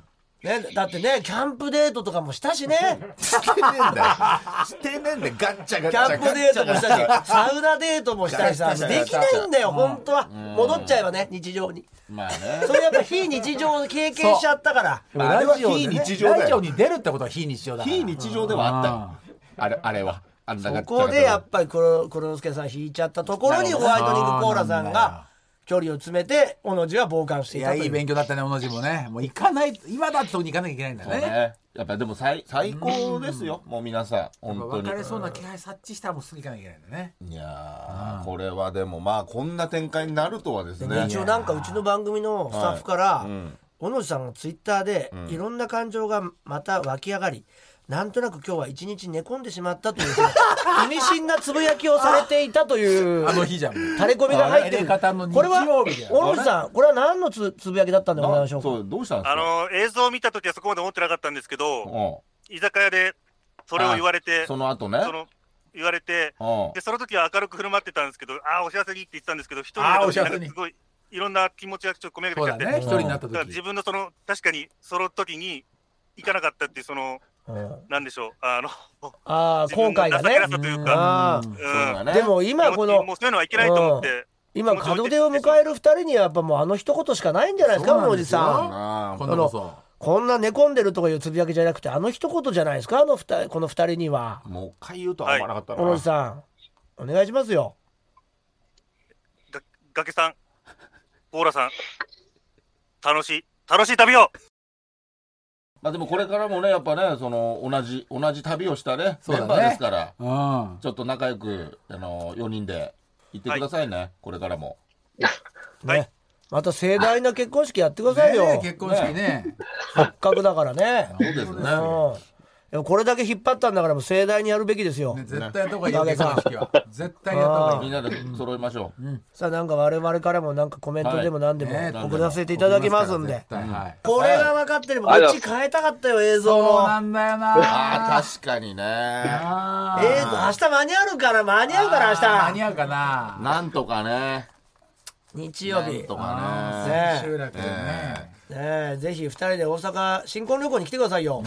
Speaker 1: ね、だってねキャンプデートとかもしたしね
Speaker 2: してねえんだよ。してねえんだよ。ガッチャ
Speaker 1: キ
Speaker 2: ガッチャ。
Speaker 1: ャンプデートも したしサウナデートもしたりさ
Speaker 2: した
Speaker 1: できないんだよ本当は戻っちゃえばね日常に
Speaker 2: まあね。
Speaker 1: それやっぱ非日常を経験しちゃったから
Speaker 2: まああれは非
Speaker 3: ね
Speaker 2: 日常だよ
Speaker 3: ラジオに出るってことは非日常だから。
Speaker 2: 非日常ではあったよ。あれあれは。あんなガ
Speaker 1: こ
Speaker 2: ッチャガ
Speaker 1: こ
Speaker 2: ッチャ
Speaker 1: でやっぱり黒黒之助さん引いちゃったところにホワイトニングコーラさんが距離を詰めて小野寺は傍観して
Speaker 4: い
Speaker 1: いた
Speaker 4: や
Speaker 1: という
Speaker 4: いい勉強だったね同じもねもう行かない今だってとこに行かなきゃいけないんだ
Speaker 2: そう
Speaker 4: ね
Speaker 2: ね。やっぱでも最最高ですよ。もう皆さん本当に
Speaker 4: 別。れそうな気配察知したらもうすぐ行かなきゃいけないんだね
Speaker 2: いやーこれはでもまあこんな展開になるとはですね。
Speaker 1: 一応なんかうちの番組のスタッフから、小野寺さんのツイッターで、いろんな感情がまた湧き上がりなんとなく今日は一日寝込んでしまったという 意味深なつぶやきをされていたという
Speaker 4: あの日じゃんもう
Speaker 1: 垂れ込みが入って
Speaker 3: あれ
Speaker 1: る
Speaker 3: 方の日
Speaker 1: これは小
Speaker 3: 曜日だよ
Speaker 1: 野寺さんこれは何のつつぶやきだったんでございま
Speaker 2: な
Speaker 1: しょうか
Speaker 2: そうどうしたんです
Speaker 7: あ
Speaker 2: か。
Speaker 7: の映像を見た時はそこまで思ってなかったんですけど
Speaker 2: う
Speaker 7: 居酒屋でそれを言われて
Speaker 2: んその後ね。
Speaker 7: その言われて、
Speaker 2: あ
Speaker 7: でその時は明るく振る舞ってたんですけど、ああ、お幸せにって言ってたんですけど、一人
Speaker 3: あー
Speaker 7: だ
Speaker 3: お
Speaker 7: と
Speaker 3: 幸
Speaker 7: な
Speaker 3: せ
Speaker 7: ん
Speaker 3: に
Speaker 7: かすごい、いろんな気持ちがちょっと込み上げて
Speaker 3: そうだ
Speaker 7: きちゃって、
Speaker 3: ね、一人になった
Speaker 7: だから自
Speaker 3: 時。
Speaker 7: 分のその、確かにその時に行かなかったっていう、その、なんでしょう、あの、
Speaker 1: ああ
Speaker 7: 自
Speaker 1: 後
Speaker 7: 分の
Speaker 1: 悔
Speaker 7: 情
Speaker 1: が
Speaker 7: け
Speaker 1: ね
Speaker 7: なさというか、
Speaker 1: あ
Speaker 3: うん
Speaker 7: うん
Speaker 2: そうだね
Speaker 1: でも今この
Speaker 7: もうそういうのはいけないと思って、
Speaker 1: 今門出を迎える二人にはやっぱもうあの一言しかないんじゃないですか
Speaker 3: そうなん
Speaker 1: お
Speaker 3: で
Speaker 1: じ
Speaker 3: すよ
Speaker 1: さん
Speaker 2: あ
Speaker 3: 今度こそ。
Speaker 1: こんな寝込んでるとかいうつぶやきじゃなくてあの一言じゃないですかあの二人この二人には
Speaker 2: もう一回言うとは思わなかったな、
Speaker 1: おじさんお願いしますよ
Speaker 7: が崖さん、ポーラさん、楽しい、楽しい旅を
Speaker 2: まあでもこれからもねやっぱねその同じ同じ旅をしたね
Speaker 3: そうだね
Speaker 2: メンバーですから
Speaker 3: うん。
Speaker 2: ちょっと仲良くあの4人で行ってくださいね、これからも
Speaker 7: はい
Speaker 1: ねまた盛大な結婚式やってくださいよ
Speaker 3: ねえ結婚式ね。
Speaker 1: せっかくだ からね
Speaker 2: そうですね
Speaker 1: うんでもこれだけ引っ張ったんだからもう盛大にやるべきですよ
Speaker 3: ね絶対やった方がいいよ、結婚式は。絶対やった方がい
Speaker 2: みん
Speaker 3: い。
Speaker 2: なで揃いましょう、
Speaker 1: さあなんか我々からもなんかコメントでも何でも
Speaker 3: ね
Speaker 1: 送らせていただきますんで、
Speaker 3: 絶対はい。
Speaker 1: これが分かってればこっち変えたかったよ映像
Speaker 3: そう
Speaker 1: の
Speaker 3: なんだよ
Speaker 2: ああ
Speaker 3: な。
Speaker 2: 確かにね
Speaker 3: あ
Speaker 1: 映像明日間に合うから間に合うから
Speaker 3: 間
Speaker 1: 明
Speaker 3: に合うかな。
Speaker 2: なんとかね
Speaker 1: 日日曜日
Speaker 2: なん
Speaker 1: ね
Speaker 2: とかね
Speaker 1: ね
Speaker 3: 集落でね。
Speaker 1: えぜひ二人で大阪新婚旅行に来てくださいよ、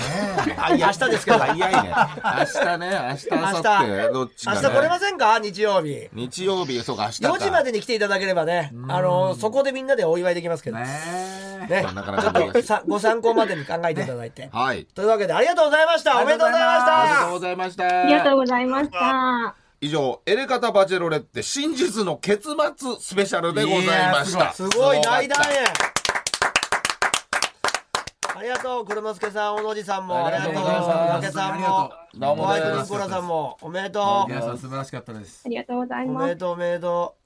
Speaker 2: あいや
Speaker 1: 明日ですけど
Speaker 2: 早いね明日ね明日明後日どっちか、
Speaker 1: 明
Speaker 2: ね、
Speaker 1: 日来れませんか日曜日
Speaker 2: 日曜日そうか明日か
Speaker 1: 4時までに来ていただければねあのそこでみんなでお祝いできますけどね
Speaker 3: ね
Speaker 1: ね
Speaker 2: なかなか
Speaker 1: ちょっとさご参考までに考えていただいて、
Speaker 2: はい
Speaker 1: というわけでありがとうございましたおめでとうございまし
Speaker 2: ありが
Speaker 1: た
Speaker 2: とうございまし
Speaker 5: ありがと
Speaker 2: た
Speaker 5: うございました。
Speaker 2: 以上エレカタバチェロレッテ真実の結末スペシャルでございまし
Speaker 3: いや
Speaker 2: た
Speaker 1: すごい
Speaker 2: すかった
Speaker 1: 大団円ありがとう黒之助さん小野寺さんもあ
Speaker 2: あ
Speaker 1: りがと
Speaker 2: りがと
Speaker 1: う
Speaker 2: う
Speaker 1: ご
Speaker 2: ご
Speaker 1: ざいま
Speaker 2: ざいます
Speaker 1: す竹さん
Speaker 2: どう
Speaker 1: も
Speaker 2: も
Speaker 1: ホワイ
Speaker 2: です
Speaker 1: トニコラさんもおめでとう
Speaker 3: 皆さん素晴らしかったです
Speaker 5: あ。りがとうござい
Speaker 1: お
Speaker 5: ま
Speaker 1: め
Speaker 5: す
Speaker 1: で。とうおめでと